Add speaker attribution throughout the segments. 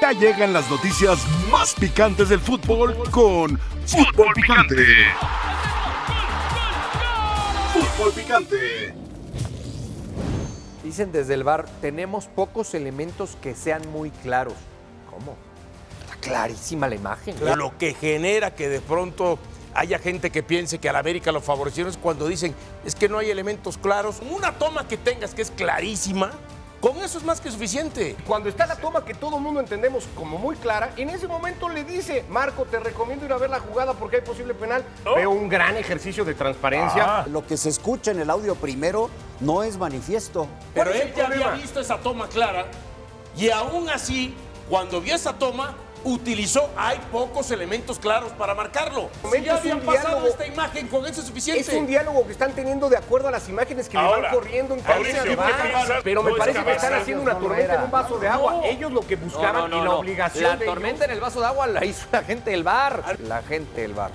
Speaker 1: Ya llegan las noticias más picantes del fútbol con Fútbol Picante. Fútbol Picante.
Speaker 2: Dicen desde el bar, tenemos pocos elementos que sean muy claros. ¿Cómo? Está clarísima la imagen.
Speaker 3: Lo que genera que de pronto haya gente que piense que al América lo favorecieron es cuando dicen es que no hay elementos claros. Una toma que tengas que es clarísima, con eso es más que suficiente.
Speaker 4: Cuando está la toma que todo el mundo entendemos como muy clara, en ese momento le dice, Marco, te recomiendo ir a ver la jugada porque hay posible penal. Veo un gran ejercicio de
Speaker 3: Ah.
Speaker 5: Ah.
Speaker 4: transparencia.
Speaker 6: Lo que se escucha en el audio primero no es manifiesto.
Speaker 3: Pero
Speaker 4: ¿Cuál es
Speaker 3: él
Speaker 4: el
Speaker 3: ya
Speaker 4: problema?
Speaker 3: había visto esa toma clara y aún así, cuando vio esa toma, utilizó, hay pocos elementos claros para marcarlo. Si
Speaker 4: Momento,
Speaker 3: ya
Speaker 4: es un
Speaker 3: habían pasado este
Speaker 4: diálogo.
Speaker 3: esta imagen, con eso es suficiente.
Speaker 4: Es un diálogo que están teniendo de acuerdo a las imágenes que le
Speaker 5: Ahora,
Speaker 4: van corriendo en
Speaker 5: Mauricio,
Speaker 4: cancha de
Speaker 5: ¿qué
Speaker 4: bar.
Speaker 5: piensas?
Speaker 4: Pero me
Speaker 5: No es
Speaker 4: parece que
Speaker 5: cabeza.
Speaker 4: están haciendo una
Speaker 6: No, no
Speaker 4: tormenta en
Speaker 6: era.
Speaker 4: un vaso de agua. Ellos lo que buscaban y la obligación
Speaker 2: La
Speaker 4: de ellos-
Speaker 2: tormenta en el vaso de agua la hizo la gente del bar. La gente del bar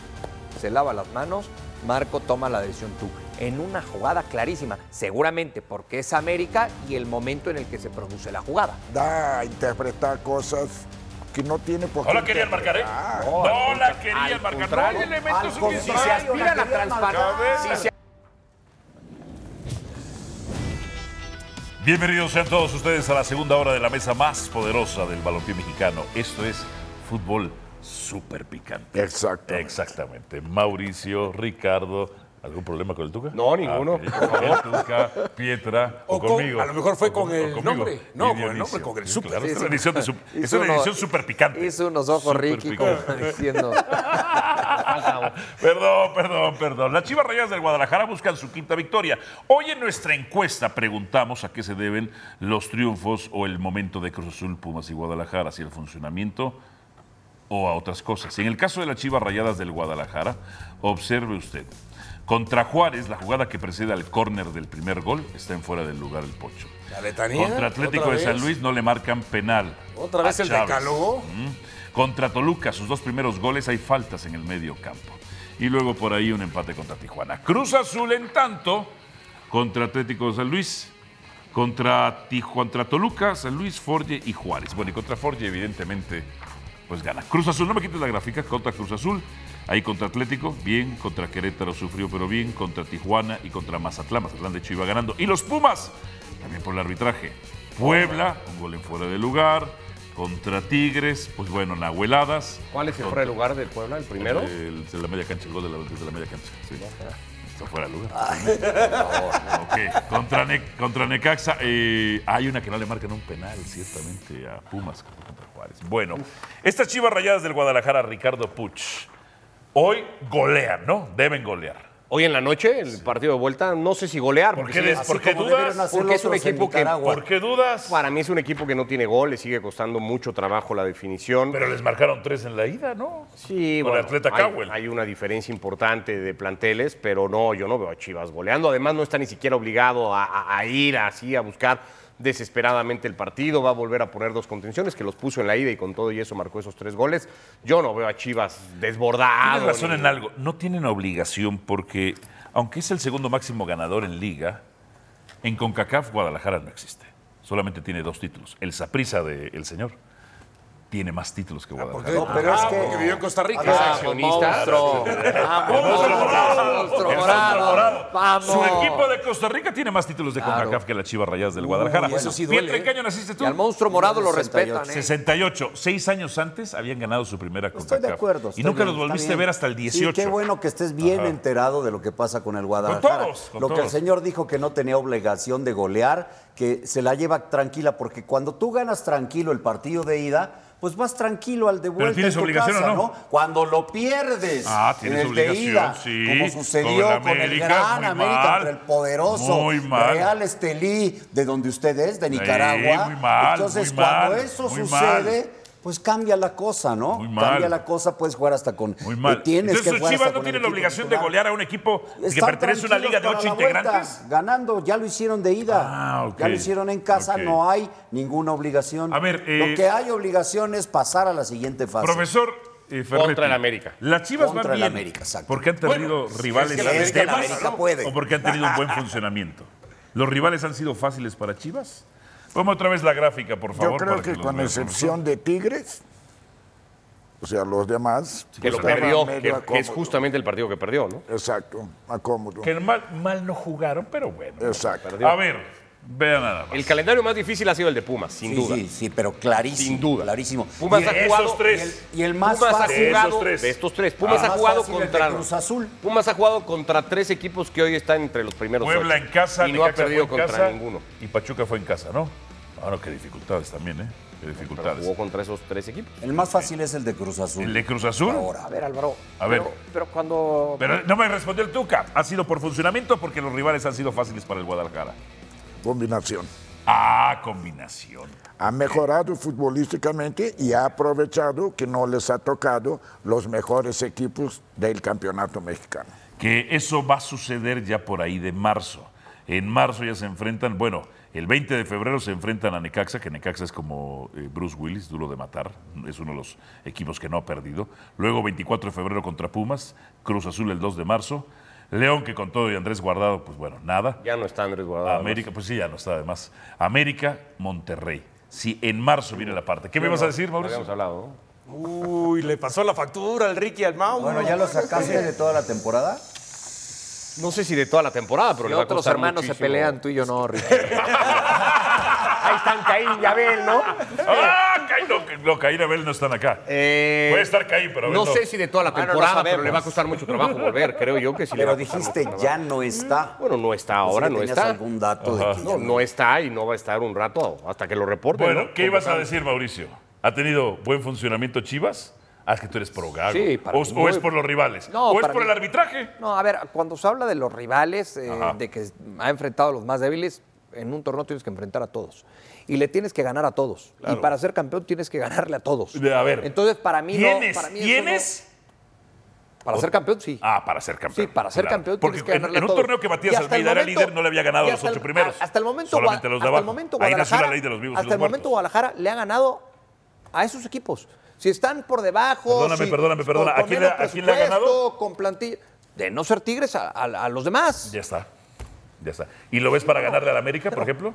Speaker 2: se lava las manos, Marco toma la decisión tú. En una jugada clarísima, seguramente porque es América y el momento en el que se produce la jugada.
Speaker 7: da a interpretar cosas que no tiene por qué.
Speaker 5: No la querían marcar, ¿eh?
Speaker 4: Ah,
Speaker 5: No, la querían marcar. No hay elementos
Speaker 4: Si
Speaker 5: suficientes.
Speaker 4: se aspira a la transparencia, si se
Speaker 5: Bienvenidos sean todos ustedes a la segunda hora de la mesa más poderosa del balompié mexicano. Esto es fútbol súper picante.
Speaker 7: Exacto.
Speaker 5: Exactamente. Mauricio, Ricardo, ¿algún problema con el Tuca? Ah,
Speaker 4: No, ninguno.
Speaker 5: ok. El Tuca, Pietra, o,
Speaker 3: O con-
Speaker 5: conmigo.
Speaker 3: a lo mejor fue
Speaker 5: O
Speaker 3: con el
Speaker 5: o
Speaker 3: nombre.
Speaker 5: Y
Speaker 3: No, con el
Speaker 5: Dionisio.
Speaker 3: nombre, con el
Speaker 5: Sí,
Speaker 3: súper.
Speaker 5: claro,
Speaker 2: Sí,
Speaker 5: es
Speaker 2: sí.
Speaker 5: una edición, de sup- es
Speaker 2: Hizo
Speaker 5: una
Speaker 2: uno-
Speaker 5: edición súper picante.
Speaker 2: Hizo unos ojos
Speaker 5: Súper
Speaker 2: Ricky
Speaker 5: picante.
Speaker 2: como diciendo.
Speaker 5: Perdón, perdón, perdón. Las Chivas Rayas del Guadalajara buscan su quinta victoria. Hoy en nuestra encuesta preguntamos a qué se deben los triunfos o el momento de Cruz Azul, Pumas y Guadalajara, si el funcionamiento o a otras cosas. En el caso de las Chivas Rayadas del Guadalajara, observe usted. Contra Juárez, la jugada que precede al córner del primer gol está en fuera del lugar el Pocho.
Speaker 3: La letanía.
Speaker 5: Contra Atlético
Speaker 3: otra
Speaker 5: de San
Speaker 3: vez.
Speaker 5: Luis no le marcan penal.
Speaker 3: Otra vez
Speaker 5: a
Speaker 3: el
Speaker 5: Chávez.
Speaker 3: decálogo.
Speaker 5: Mm. Contra Toluca, sus dos primeros goles, hay faltas en el medio campo. Y luego por ahí un empate contra Tijuana. Cruz Azul, en tanto, contra Atlético de San Luis, contra, Tijuana, contra Toluca, San Luis, Forge y Juárez. Bueno, y contra Forge, evidentemente, pues gana. Cruz Azul, no me quites la gráfica, contra Cruz Azul. Ahí contra Atlético, bien, contra Querétaro sufrió, pero bien, contra Tijuana y contra Mazatlán. Mazatlán, de hecho, iba ganando. Y los Pumas, también por el arbitraje. Puebla, un gol en fuera de lugar. Contra Tigres, pues bueno, Nahueladas.
Speaker 4: ¿Cuál es el fuera de lugar del Puebla? ¿El primero?
Speaker 5: El de la media cancha, el gol de la, desde la media cancha. Sí. Está fuera de lugar. Ok, Contra, Ne- contra Necaxa, eh, hay una que no le marcan un penal, ciertamente, a Pumas creo que contra Juárez. Bueno, estas chivas rayadas del Guadalajara, Ricardo Puch, hoy golean, ¿no? Deben golear.
Speaker 4: Hoy en la noche, el partido de vuelta, no sé si golear.
Speaker 5: ¿Por
Speaker 4: porque
Speaker 5: qué,
Speaker 4: sí-
Speaker 5: des- por qué dudas?
Speaker 6: hacerlo
Speaker 4: porque es un
Speaker 6: otros en
Speaker 4: equipo que-
Speaker 6: Nicaragua.
Speaker 5: ¿Por qué dudas?
Speaker 4: Para mí es un equipo que no tiene goles, sigue costando mucho trabajo la definición.
Speaker 5: Pero les marcaron tres en la ida, ¿no?
Speaker 4: sí,
Speaker 5: con el atleta
Speaker 4: hay,
Speaker 5: Cowell.
Speaker 4: hay una diferencia importante de planteles, pero no, yo no veo a Chivas goleando. Además, no está ni siquiera obligado a, a- a ir así a buscar desesperadamente el partido. Va a volver a poner dos contenciones que los puso en la ida y con todo y eso marcó esos tres goles. Yo no veo a Chivas desbordado.
Speaker 5: Tienes razón
Speaker 4: ni-
Speaker 5: en algo. No tienen obligación porque, aunque es el segundo máximo ganador en liga, en CONCACAF Guadalajara no existe. Solamente tiene dos títulos. El Saprisa del señor tiene más títulos que Guadalajara.
Speaker 7: No, pero es
Speaker 3: Ah, pues,
Speaker 7: que-
Speaker 3: porque vivió en Costa Rica.
Speaker 4: Ah,
Speaker 3: Exacto.
Speaker 4: accionista.
Speaker 2: Monstruo.
Speaker 5: El monstruo morado.
Speaker 2: Monstruo
Speaker 5: El monstruo
Speaker 2: morado.
Speaker 5: morado.
Speaker 2: Vamos.
Speaker 5: Su equipo de Costa Rica tiene más títulos de CONCACAF que las Chivas Rayadas del Guadalajara.
Speaker 3: eso sí duele,
Speaker 5: Mientras, ¿en qué
Speaker 3: ¿eh?
Speaker 5: año naciste tú?
Speaker 2: Y al monstruo morado lo
Speaker 6: 68.
Speaker 2: respetan, ¿eh?
Speaker 5: 68. Seis años antes habían ganado su primera CONCACAF.
Speaker 6: Estoy de acuerdo.
Speaker 5: Y
Speaker 6: está
Speaker 5: nunca
Speaker 6: bien,
Speaker 5: los
Speaker 6: está
Speaker 5: volviste a
Speaker 6: bien.
Speaker 5: ver hasta el 18.
Speaker 6: Sí, qué bueno que estés bien enterado de lo que pasa con el Guadalajara.
Speaker 5: Con todos, con
Speaker 6: lo que el
Speaker 5: todos.
Speaker 6: señor dijo que no tenía obligación de golear, que se la lleva tranquila, porque cuando tú ganas tranquilo el partido de ida, pues vas tranquilo al de vuelta.
Speaker 5: tienes
Speaker 6: en tu
Speaker 5: obligación o
Speaker 6: casa,
Speaker 5: no?
Speaker 6: Cuando lo pierdes
Speaker 5: Ah,
Speaker 6: en
Speaker 5: tienes
Speaker 6: el de
Speaker 5: obligación,
Speaker 6: ida,
Speaker 5: sí.
Speaker 6: como sucedió
Speaker 5: Con
Speaker 6: con
Speaker 5: el
Speaker 6: el,
Speaker 5: América,
Speaker 6: gran
Speaker 5: muy
Speaker 6: América
Speaker 5: mal,
Speaker 6: contra el poderoso
Speaker 5: muy mal.
Speaker 6: Real Estelí, de donde usted es, de Nicaragua.
Speaker 5: muy mal,
Speaker 6: Entonces,
Speaker 5: muy mal,
Speaker 6: cuando eso
Speaker 5: muy mal.
Speaker 6: sucede, pues cambia la cosa, ¿no?
Speaker 5: Muy mal.
Speaker 6: Cambia la cosa, puedes jugar hasta con
Speaker 5: Muy mal.
Speaker 6: eh, Tienes
Speaker 5: Entonces,
Speaker 6: que
Speaker 5: sus
Speaker 6: jugar
Speaker 5: Chivas
Speaker 6: hasta
Speaker 5: no
Speaker 6: con el
Speaker 5: tienen la
Speaker 6: equipo
Speaker 5: obligación de
Speaker 6: titular.
Speaker 5: golear a un equipo que
Speaker 6: Están
Speaker 5: pertenece a una liga de
Speaker 6: tranquilos
Speaker 5: ocho
Speaker 6: para la vuelta,
Speaker 5: integrantes.
Speaker 6: ganando, ya lo hicieron de ida.
Speaker 5: Ah, ok,
Speaker 6: Ya lo hicieron en casa,
Speaker 5: ok.
Speaker 6: no hay ninguna obligación.
Speaker 5: A ver, eh,
Speaker 6: lo que hay obligación es pasar a la siguiente fase.
Speaker 5: Profesor eh, Ferretti,
Speaker 4: Contra el América.
Speaker 5: Las Chivas
Speaker 6: Contra
Speaker 5: van
Speaker 6: el
Speaker 5: bien.
Speaker 6: América, exacto.
Speaker 5: Porque han tenido rivales
Speaker 6: es que el América- el
Speaker 5: temas,
Speaker 6: América puede.
Speaker 5: o porque han tenido un buen funcionamiento. Los rivales han sido fáciles para Chivas. Ponme otra vez la gráfica, por favor.
Speaker 7: Yo creo
Speaker 5: para
Speaker 7: que
Speaker 5: los
Speaker 7: con
Speaker 5: veamos.
Speaker 7: excepción de Tigres, o sea, los demás.
Speaker 4: Que lo
Speaker 7: estaban
Speaker 4: perdió,
Speaker 7: medio
Speaker 4: que, que es
Speaker 7: acómodos.
Speaker 4: justamente el partido que perdió, ¿no?
Speaker 7: Exacto, acómodo.
Speaker 5: Que mal, mal no jugaron, pero bueno.
Speaker 7: Exacto.
Speaker 5: A ver, vean nada más.
Speaker 4: El calendario más difícil ha sido el de Pumas,
Speaker 6: sí,
Speaker 4: sin duda.
Speaker 6: sí, sí, pero clarísimo.
Speaker 4: Sin duda.
Speaker 6: Clarísimo.
Speaker 4: Pumas
Speaker 6: Y-
Speaker 4: ha
Speaker 5: esos
Speaker 4: jugado.
Speaker 5: tres.
Speaker 6: y el más
Speaker 4: Pumas
Speaker 6: fácil-
Speaker 4: ha
Speaker 6: De
Speaker 4: jugado
Speaker 5: esos tres.
Speaker 4: de estos tres.
Speaker 6: Ah,
Speaker 4: Pumas ha
Speaker 6: más
Speaker 4: jugado
Speaker 6: fácil el de
Speaker 4: contra
Speaker 6: Cruz Azul.
Speaker 4: Pumas ha jugado contra tres equipos que hoy están entre los primeros.
Speaker 5: Puebla
Speaker 4: ocho.
Speaker 5: en casa,
Speaker 4: y no ha
Speaker 5: Necaxa fue
Speaker 4: perdido
Speaker 5: en
Speaker 4: contra
Speaker 5: casa,
Speaker 4: ninguno.
Speaker 5: Y Pachuca fue en casa, ¿no? Ahora, qué dificultades también, ¿eh? Qué
Speaker 4: Pero
Speaker 5: dificultades.
Speaker 4: jugó contra esos tres equipos.
Speaker 6: El más fácil es el de Cruz Azul.
Speaker 5: El de Cruz Azul.
Speaker 6: Ahora,
Speaker 2: A ver, Álvaro.
Speaker 5: A ver.
Speaker 2: Pero, pero cuando.
Speaker 5: Pero no me respondió el Tuca. Ha sido por funcionamiento o porque los rivales han sido fáciles para el Guadalajara.
Speaker 7: Combinación.
Speaker 5: Ah, combinación.
Speaker 7: Ha mejorado futbolísticamente y ha aprovechado que no les ha tocado los mejores equipos del campeonato mexicano.
Speaker 5: que eso va a suceder ya por ahí de marzo. En marzo ya se enfrentan, bueno, el 20 de febrero se enfrentan a Necaxa, que Necaxa es como eh, Bruce Willis, duro de matar, es uno de los equipos que no ha perdido. Luego 24 de febrero contra Pumas, Cruz Azul el 2 de marzo, León que con todo y Andrés Guardado, pues bueno, nada.
Speaker 4: Ya no está Andrés Guardado.
Speaker 5: América, pues sí, ya no está además. América, Monterrey. Si en marzo viene la parte. ¿Qué me ibas a decir,
Speaker 4: Lo habíamos
Speaker 5: Mauricio?
Speaker 4: hablado, ¿no?
Speaker 3: Uy, le pasó la factura al Ricky y al Mau.
Speaker 6: Bueno, ¿ya lo sacaste de toda la temporada?
Speaker 4: No sé si de toda la temporada, pero
Speaker 2: Si
Speaker 4: le va a
Speaker 2: otros
Speaker 4: costar
Speaker 2: hermanos se
Speaker 4: muchísimo.
Speaker 2: pelean, tú y yo no, Ricky. Ahí están Caín y Abel, ¿no?
Speaker 5: ¡Ah! Caín, no, no, Caín y Abel no están acá.
Speaker 4: Eh,
Speaker 5: Puede estar Caín, pero Abel
Speaker 4: Ah, No sé si de
Speaker 6: Ah,
Speaker 4: toda la
Speaker 2: Bueno, no
Speaker 4: temporada, pero
Speaker 2: sabemos.
Speaker 4: le va a costar mucho trabajo volver, creo yo que sí. le va
Speaker 6: Pero
Speaker 4: a costar mucho
Speaker 6: dijiste,
Speaker 4: trabajo. Mm,
Speaker 6: ya no está.
Speaker 4: Bueno, no está
Speaker 6: Pensé
Speaker 4: ahora,
Speaker 6: que
Speaker 4: no
Speaker 6: tenías
Speaker 4: está.
Speaker 6: algún dato de que ya
Speaker 4: No, no está y no va a estar un rato hasta que lo reporten.
Speaker 5: Bueno,
Speaker 4: ¿no?
Speaker 5: ¿qué ibas a decir, Mauricio? ¿Ha tenido buen funcionamiento Chivas? Ah, es que tú eres pro gago.
Speaker 2: Sí, para
Speaker 5: o,
Speaker 2: mí
Speaker 5: o
Speaker 2: muy-
Speaker 5: es por los rivales.
Speaker 2: No,
Speaker 5: o es
Speaker 2: para
Speaker 5: por
Speaker 2: mí-
Speaker 5: el arbitraje.
Speaker 2: No, a ver, cuando se habla de los rivales, eh,
Speaker 5: Ajá.
Speaker 2: de que ha enfrentado a los más débiles, en un torneo tienes que enfrentar a todos. Y le tienes que ganar a todos. Y para ser campeón tienes que ganarle a todos.
Speaker 5: De- a ver.
Speaker 2: Entonces, para mí
Speaker 5: ¿Tienes?
Speaker 2: no. Para mí eso
Speaker 5: ¿Tienes?
Speaker 2: no- para ser campeón, sí.
Speaker 5: Ah, para ser campeón.
Speaker 2: Sí, para ser
Speaker 5: Claro.
Speaker 2: campeón
Speaker 5: Porque
Speaker 2: tienes que
Speaker 5: en,
Speaker 2: ganarle
Speaker 5: en
Speaker 2: a
Speaker 5: un
Speaker 2: todos.
Speaker 5: torneo que
Speaker 2: Y
Speaker 5: Matías
Speaker 2: hasta el
Speaker 5: Almeida era
Speaker 2: momento-
Speaker 5: líder, no le había ganado
Speaker 2: y
Speaker 5: a los
Speaker 2: hasta el- ah,
Speaker 5: ocho primeros.
Speaker 2: a- Hasta el momento,
Speaker 5: Solamente a
Speaker 2: Gua-
Speaker 5: los de
Speaker 2: hasta
Speaker 5: abajo.
Speaker 2: el momento
Speaker 5: Ahí nació la
Speaker 2: Guadalajara-
Speaker 5: ley de los vivos y
Speaker 2: Hasta
Speaker 5: los
Speaker 2: el momento
Speaker 5: muertos.
Speaker 2: Guadalajara le ha ganado a esos equipos. Si están por debajo.
Speaker 5: Perdóname,
Speaker 2: si-
Speaker 5: perdóname,
Speaker 2: con-
Speaker 5: perdóname.
Speaker 2: con
Speaker 5: ¿A quién le-
Speaker 2: menos
Speaker 5: a quién le ha ganado?
Speaker 2: presupuesto, Con plantilla. De no ser Tigres a, a- a los demás.
Speaker 5: Ya está. Ya está. ¿Y lo ves para ganarle al América, por ejemplo?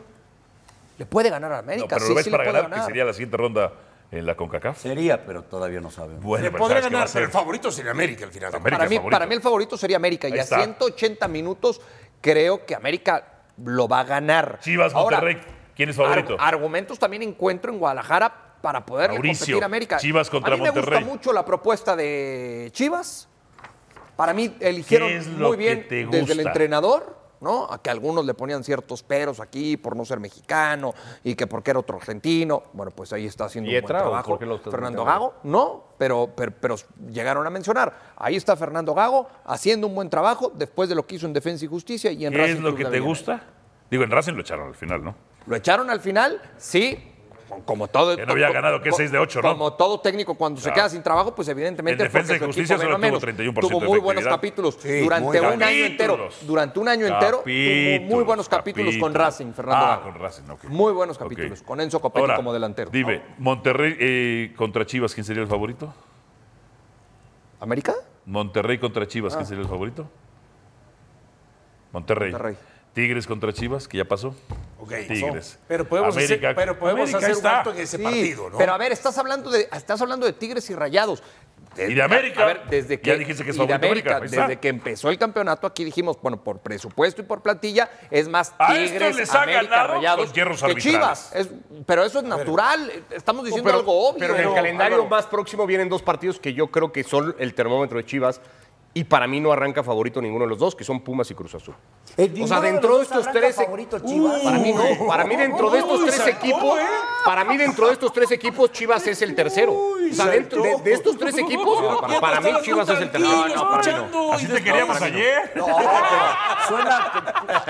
Speaker 2: Le puede ganar a
Speaker 5: No,
Speaker 2: América.
Speaker 5: pero
Speaker 2: sí,
Speaker 5: lo ves
Speaker 2: sí
Speaker 5: para
Speaker 2: le puede
Speaker 5: ganar,
Speaker 2: ganar.
Speaker 5: que sería la siguiente ronda en la CONCACAF.
Speaker 6: Sería, pero todavía no sabemos.
Speaker 5: Bueno,
Speaker 3: Le
Speaker 5: pero
Speaker 3: podrá
Speaker 5: ¿sabes qué va a
Speaker 3: ganar,
Speaker 5: ser?
Speaker 3: pero el favorito sería América al final.
Speaker 5: América
Speaker 2: para, mí,
Speaker 5: favorito.
Speaker 2: para mí el favorito sería América.
Speaker 5: Ahí
Speaker 2: y a
Speaker 5: está.
Speaker 2: 180 minutos creo que América lo va a ganar.
Speaker 5: Chivas,
Speaker 2: Ahora,
Speaker 5: Monterrey. ¿Quién es favorito?
Speaker 2: ar- argumentos también encuentro en Guadalajara para poder
Speaker 5: Mauricio,
Speaker 2: competir a América.
Speaker 5: Chivas contra
Speaker 2: a mí Me
Speaker 5: Monterrey.
Speaker 2: gusta mucho la propuesta de Chivas. Para mí eligieron
Speaker 5: ¿Qué es lo
Speaker 2: muy bien
Speaker 5: que te
Speaker 2: desde el
Speaker 5: gusta?
Speaker 2: entrenador, ¿no? A que algunos le ponían ciertos peros aquí por no ser mexicano y que porque era otro argentino. Bueno, pues ahí está haciendo un buen
Speaker 4: ¿Pietra o
Speaker 2: trabajo.
Speaker 4: por qué lo estás
Speaker 2: Fernando
Speaker 4: mencionando?
Speaker 2: Gago. No, pero, pero, pero llegaron a mencionar. Ahí está Fernando Gago haciendo un buen trabajo después de lo que hizo en Defensa y Justicia y en
Speaker 5: ¿Qué
Speaker 2: Racing
Speaker 5: es lo
Speaker 2: Club
Speaker 5: que
Speaker 2: de
Speaker 5: te
Speaker 2: Avellaneda.
Speaker 5: gusta? Digo, en Racing lo echaron al final, ¿no?
Speaker 2: Lo echaron al final, sí. Como todo.
Speaker 5: Que no había
Speaker 2: co-
Speaker 5: ganado, que
Speaker 2: co-
Speaker 5: seis de ocho, ¿no?
Speaker 2: Como todo técnico, cuando se
Speaker 5: Claro.
Speaker 2: queda sin trabajo, pues evidentemente.
Speaker 5: En Defensa
Speaker 2: porque
Speaker 5: y
Speaker 2: su equipo
Speaker 5: Justicia
Speaker 2: ve
Speaker 5: solo
Speaker 2: no menos.
Speaker 5: tuvo 31%
Speaker 2: Tuvo
Speaker 5: de
Speaker 2: muy buenos
Speaker 5: efectividad.
Speaker 2: capítulos.
Speaker 6: Sí, muy
Speaker 2: durante un año
Speaker 5: capítulos.
Speaker 2: entero. Durante un año entero. tuvo muy buenos capítulos con
Speaker 5: capítulos.
Speaker 2: Racing, Fernando.
Speaker 5: Ah,
Speaker 2: Gago.
Speaker 5: con Racing, ok.
Speaker 2: Muy buenos
Speaker 5: Ok.
Speaker 2: capítulos. Con Enzo Copetti
Speaker 5: Ahora,
Speaker 2: como delantero.
Speaker 5: Dime, Monterrey eh, contra Chivas, ¿quién sería el favorito?
Speaker 2: ¿América? Ah.
Speaker 5: Monterrey contra Chivas, ¿quién sería el favorito? Monterrey.
Speaker 2: Monterrey.
Speaker 5: Tigres contra Chivas, que ya pasó. Tigres.
Speaker 3: Pero podemos
Speaker 5: América.
Speaker 3: hacer, pero podemos
Speaker 5: América
Speaker 3: hacer un
Speaker 5: está.
Speaker 3: acto en ese
Speaker 2: Sí,
Speaker 3: partido, ¿no?
Speaker 2: Pero a ver, estás hablando de, estás hablando de Tigres y Rayados.
Speaker 5: Y de América.
Speaker 2: A ver, desde que,
Speaker 5: Ya dijiste que es
Speaker 2: y de
Speaker 5: favorito América, ahí está.
Speaker 2: desde que empezó el campeonato, aquí dijimos, bueno, por presupuesto y por plantilla, es más
Speaker 5: A
Speaker 2: Tigres,
Speaker 5: estos les ha
Speaker 2: América,
Speaker 5: ganado
Speaker 2: Rayados
Speaker 5: con hierros
Speaker 2: que Chivas. Es- pero eso es natural. Estamos diciendo
Speaker 4: pero,
Speaker 2: algo obvio.
Speaker 4: pero en el
Speaker 2: No,
Speaker 4: calendario
Speaker 2: Álvaro.
Speaker 4: más próximo vienen dos partidos que yo creo que son el termómetro de Chivas y para mí no arranca favorito ninguno de los dos, que son Pumas y Cruz Azul. O sea, dentro de estos tres.
Speaker 6: favorito Chivas?
Speaker 4: Para mí no. Para mí dentro de estos
Speaker 3: Uy,
Speaker 4: tres
Speaker 3: saltó,
Speaker 4: equipos.
Speaker 3: ¿eh?
Speaker 4: Para mí dentro de estos tres equipos, Chivas es el tercero. O sea, dentro de, de estos tres equipos,
Speaker 3: Pero
Speaker 4: para,
Speaker 3: ya
Speaker 4: para mí
Speaker 3: estabas
Speaker 4: Chivas
Speaker 3: tú
Speaker 4: es el
Speaker 3: tranquilo,
Speaker 4: tercero. No, para mí no.
Speaker 3: escuchando,
Speaker 5: Así
Speaker 3: y
Speaker 5: te
Speaker 3: después-
Speaker 5: queríamos ayer.
Speaker 6: No, pero suena.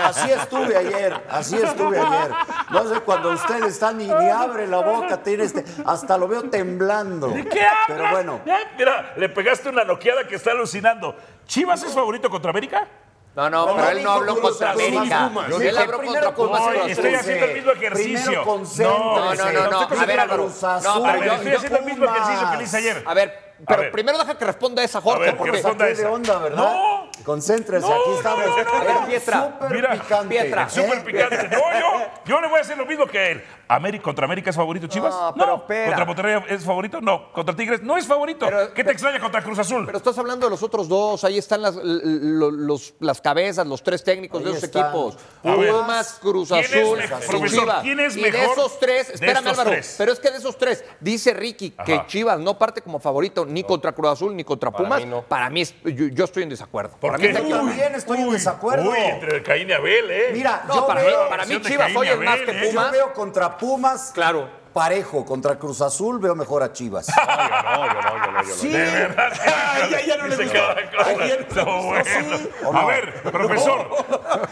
Speaker 6: Así estuve ayer, así estuve ayer. No sé, cuando ustedes están ni, ni abre la boca, tiene este. Hasta lo veo temblando.
Speaker 5: ¿De qué hablas?
Speaker 6: Pero bueno,
Speaker 5: Ya, mira, le pegaste una noqueada que está alucinando. ¿Chivas es favorito contra América?
Speaker 2: No, no, pero él no habló
Speaker 6: Cruz
Speaker 2: contra
Speaker 6: Azul y
Speaker 2: América.
Speaker 6: Pumas.
Speaker 2: Él habló
Speaker 6: Primero
Speaker 2: contra Pumas
Speaker 6: Pumas
Speaker 2: y
Speaker 6: y
Speaker 5: Hoy
Speaker 2: Cruz
Speaker 6: Cruz
Speaker 5: estoy
Speaker 2: Azul.
Speaker 5: haciendo el mismo ejercicio.
Speaker 6: Primero concéntrate.
Speaker 2: No, no, no, no.
Speaker 5: estoy
Speaker 2: A ver,
Speaker 5: concentrado.
Speaker 2: Álvaro.
Speaker 6: Cruz Azul,
Speaker 2: No, pero yo-
Speaker 5: estoy haciendo el mismo
Speaker 6: Pumas.
Speaker 5: ejercicio que le hice ayer.
Speaker 2: A ver, pero
Speaker 5: ver.
Speaker 2: primero deja que responda esa
Speaker 5: A
Speaker 2: Jorge,
Speaker 5: ver, que
Speaker 2: porque
Speaker 6: responda
Speaker 5: responda
Speaker 6: saqué de
Speaker 5: esa.
Speaker 6: onda, ¿verdad?
Speaker 5: No,
Speaker 6: Concéntrese,
Speaker 5: No,
Speaker 6: aquí
Speaker 5: no,
Speaker 6: estamos.
Speaker 5: no, no, no.
Speaker 6: Era
Speaker 2: Pietra.
Speaker 6: súper
Speaker 5: Mira,
Speaker 6: picante.
Speaker 2: Pietra.
Speaker 5: Es súper picante.
Speaker 2: Eh.
Speaker 5: No, yo, yo le voy a hacer lo mismo que él. América, ¿Contra América es favorito, Chivas?
Speaker 2: No, pero espera.
Speaker 5: ¿Contra Monterrey es favorito? No. ¿Contra Tigres? No es favorito.
Speaker 2: Pero-
Speaker 5: ¿Qué te extraña contra Cruz Azul?
Speaker 2: Pero estás hablando de los otros dos, ahí están las, l- l- los- las cabezas, los tres técnicos
Speaker 6: Ahí
Speaker 2: de esos
Speaker 6: están.
Speaker 2: equipos.
Speaker 5: A ver.
Speaker 2: Pumas, Cruz
Speaker 5: ¿Quién es
Speaker 2: Azul,
Speaker 5: mejor,
Speaker 2: y
Speaker 5: profesor,
Speaker 2: Chivas.
Speaker 5: quién es
Speaker 2: y de
Speaker 5: mejor
Speaker 2: esos tres,
Speaker 5: de
Speaker 2: espérame
Speaker 5: estos
Speaker 2: Álvaro,
Speaker 5: tres?
Speaker 2: pero es que de esos tres, dice Ricky que
Speaker 5: Ajá.
Speaker 2: Chivas no parte como favorito ni contra Cruz Azul ni contra
Speaker 4: Para
Speaker 2: Pumas.
Speaker 4: mí no.
Speaker 2: Para mí, es- yo, yo estoy en desacuerdo.
Speaker 5: ¿Por
Speaker 2: para
Speaker 5: qué?
Speaker 2: mí está
Speaker 6: Yo
Speaker 5: Uy,
Speaker 6: también estoy en desacuerdo.
Speaker 5: Uy, entre el Caín y Abel, ¿eh?
Speaker 6: Mira,
Speaker 2: No,
Speaker 6: yo,
Speaker 2: para, mí,
Speaker 6: veo,
Speaker 2: para mí
Speaker 5: versión de
Speaker 2: Chivas
Speaker 5: Caín y
Speaker 2: hoy es
Speaker 5: Abel,
Speaker 2: más que
Speaker 5: ¿eh?
Speaker 6: yo
Speaker 2: Pumas.
Speaker 6: veo contra Pumas
Speaker 2: Claro.
Speaker 6: parejo, contra Cruz Azul veo mejor a Chivas.
Speaker 4: No, yo no, yo no, yo no, yo no.
Speaker 6: Sí.
Speaker 5: De verdad.
Speaker 6: Ay, ya, ya no le
Speaker 5: Dice
Speaker 6: gustó.
Speaker 5: cada cosa.
Speaker 6: Ayer no le
Speaker 5: No,
Speaker 6: gustó,
Speaker 5: bueno.
Speaker 6: sí. ¿O no?
Speaker 5: A ver, profesor.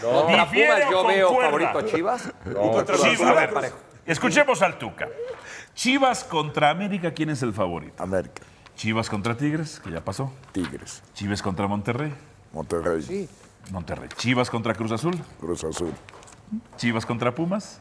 Speaker 2: Contra
Speaker 5: ¿Difiere
Speaker 2: Pumas
Speaker 5: o
Speaker 2: yo veo
Speaker 5: concuerda?
Speaker 2: favorito a Chivas.
Speaker 5: Sí, a ver, escuchemos al Tuca. Chivas contra América, ¿quién es el favorito?
Speaker 7: América,
Speaker 5: Chivas contra Tigres, que ya pasó.
Speaker 7: Tigres,
Speaker 5: Chivas contra Monterrey.
Speaker 7: Monterrey,
Speaker 5: Monterrey. Chivas contra Cruz Azul.
Speaker 7: Cruz Azul,
Speaker 5: Chivas contra Pumas.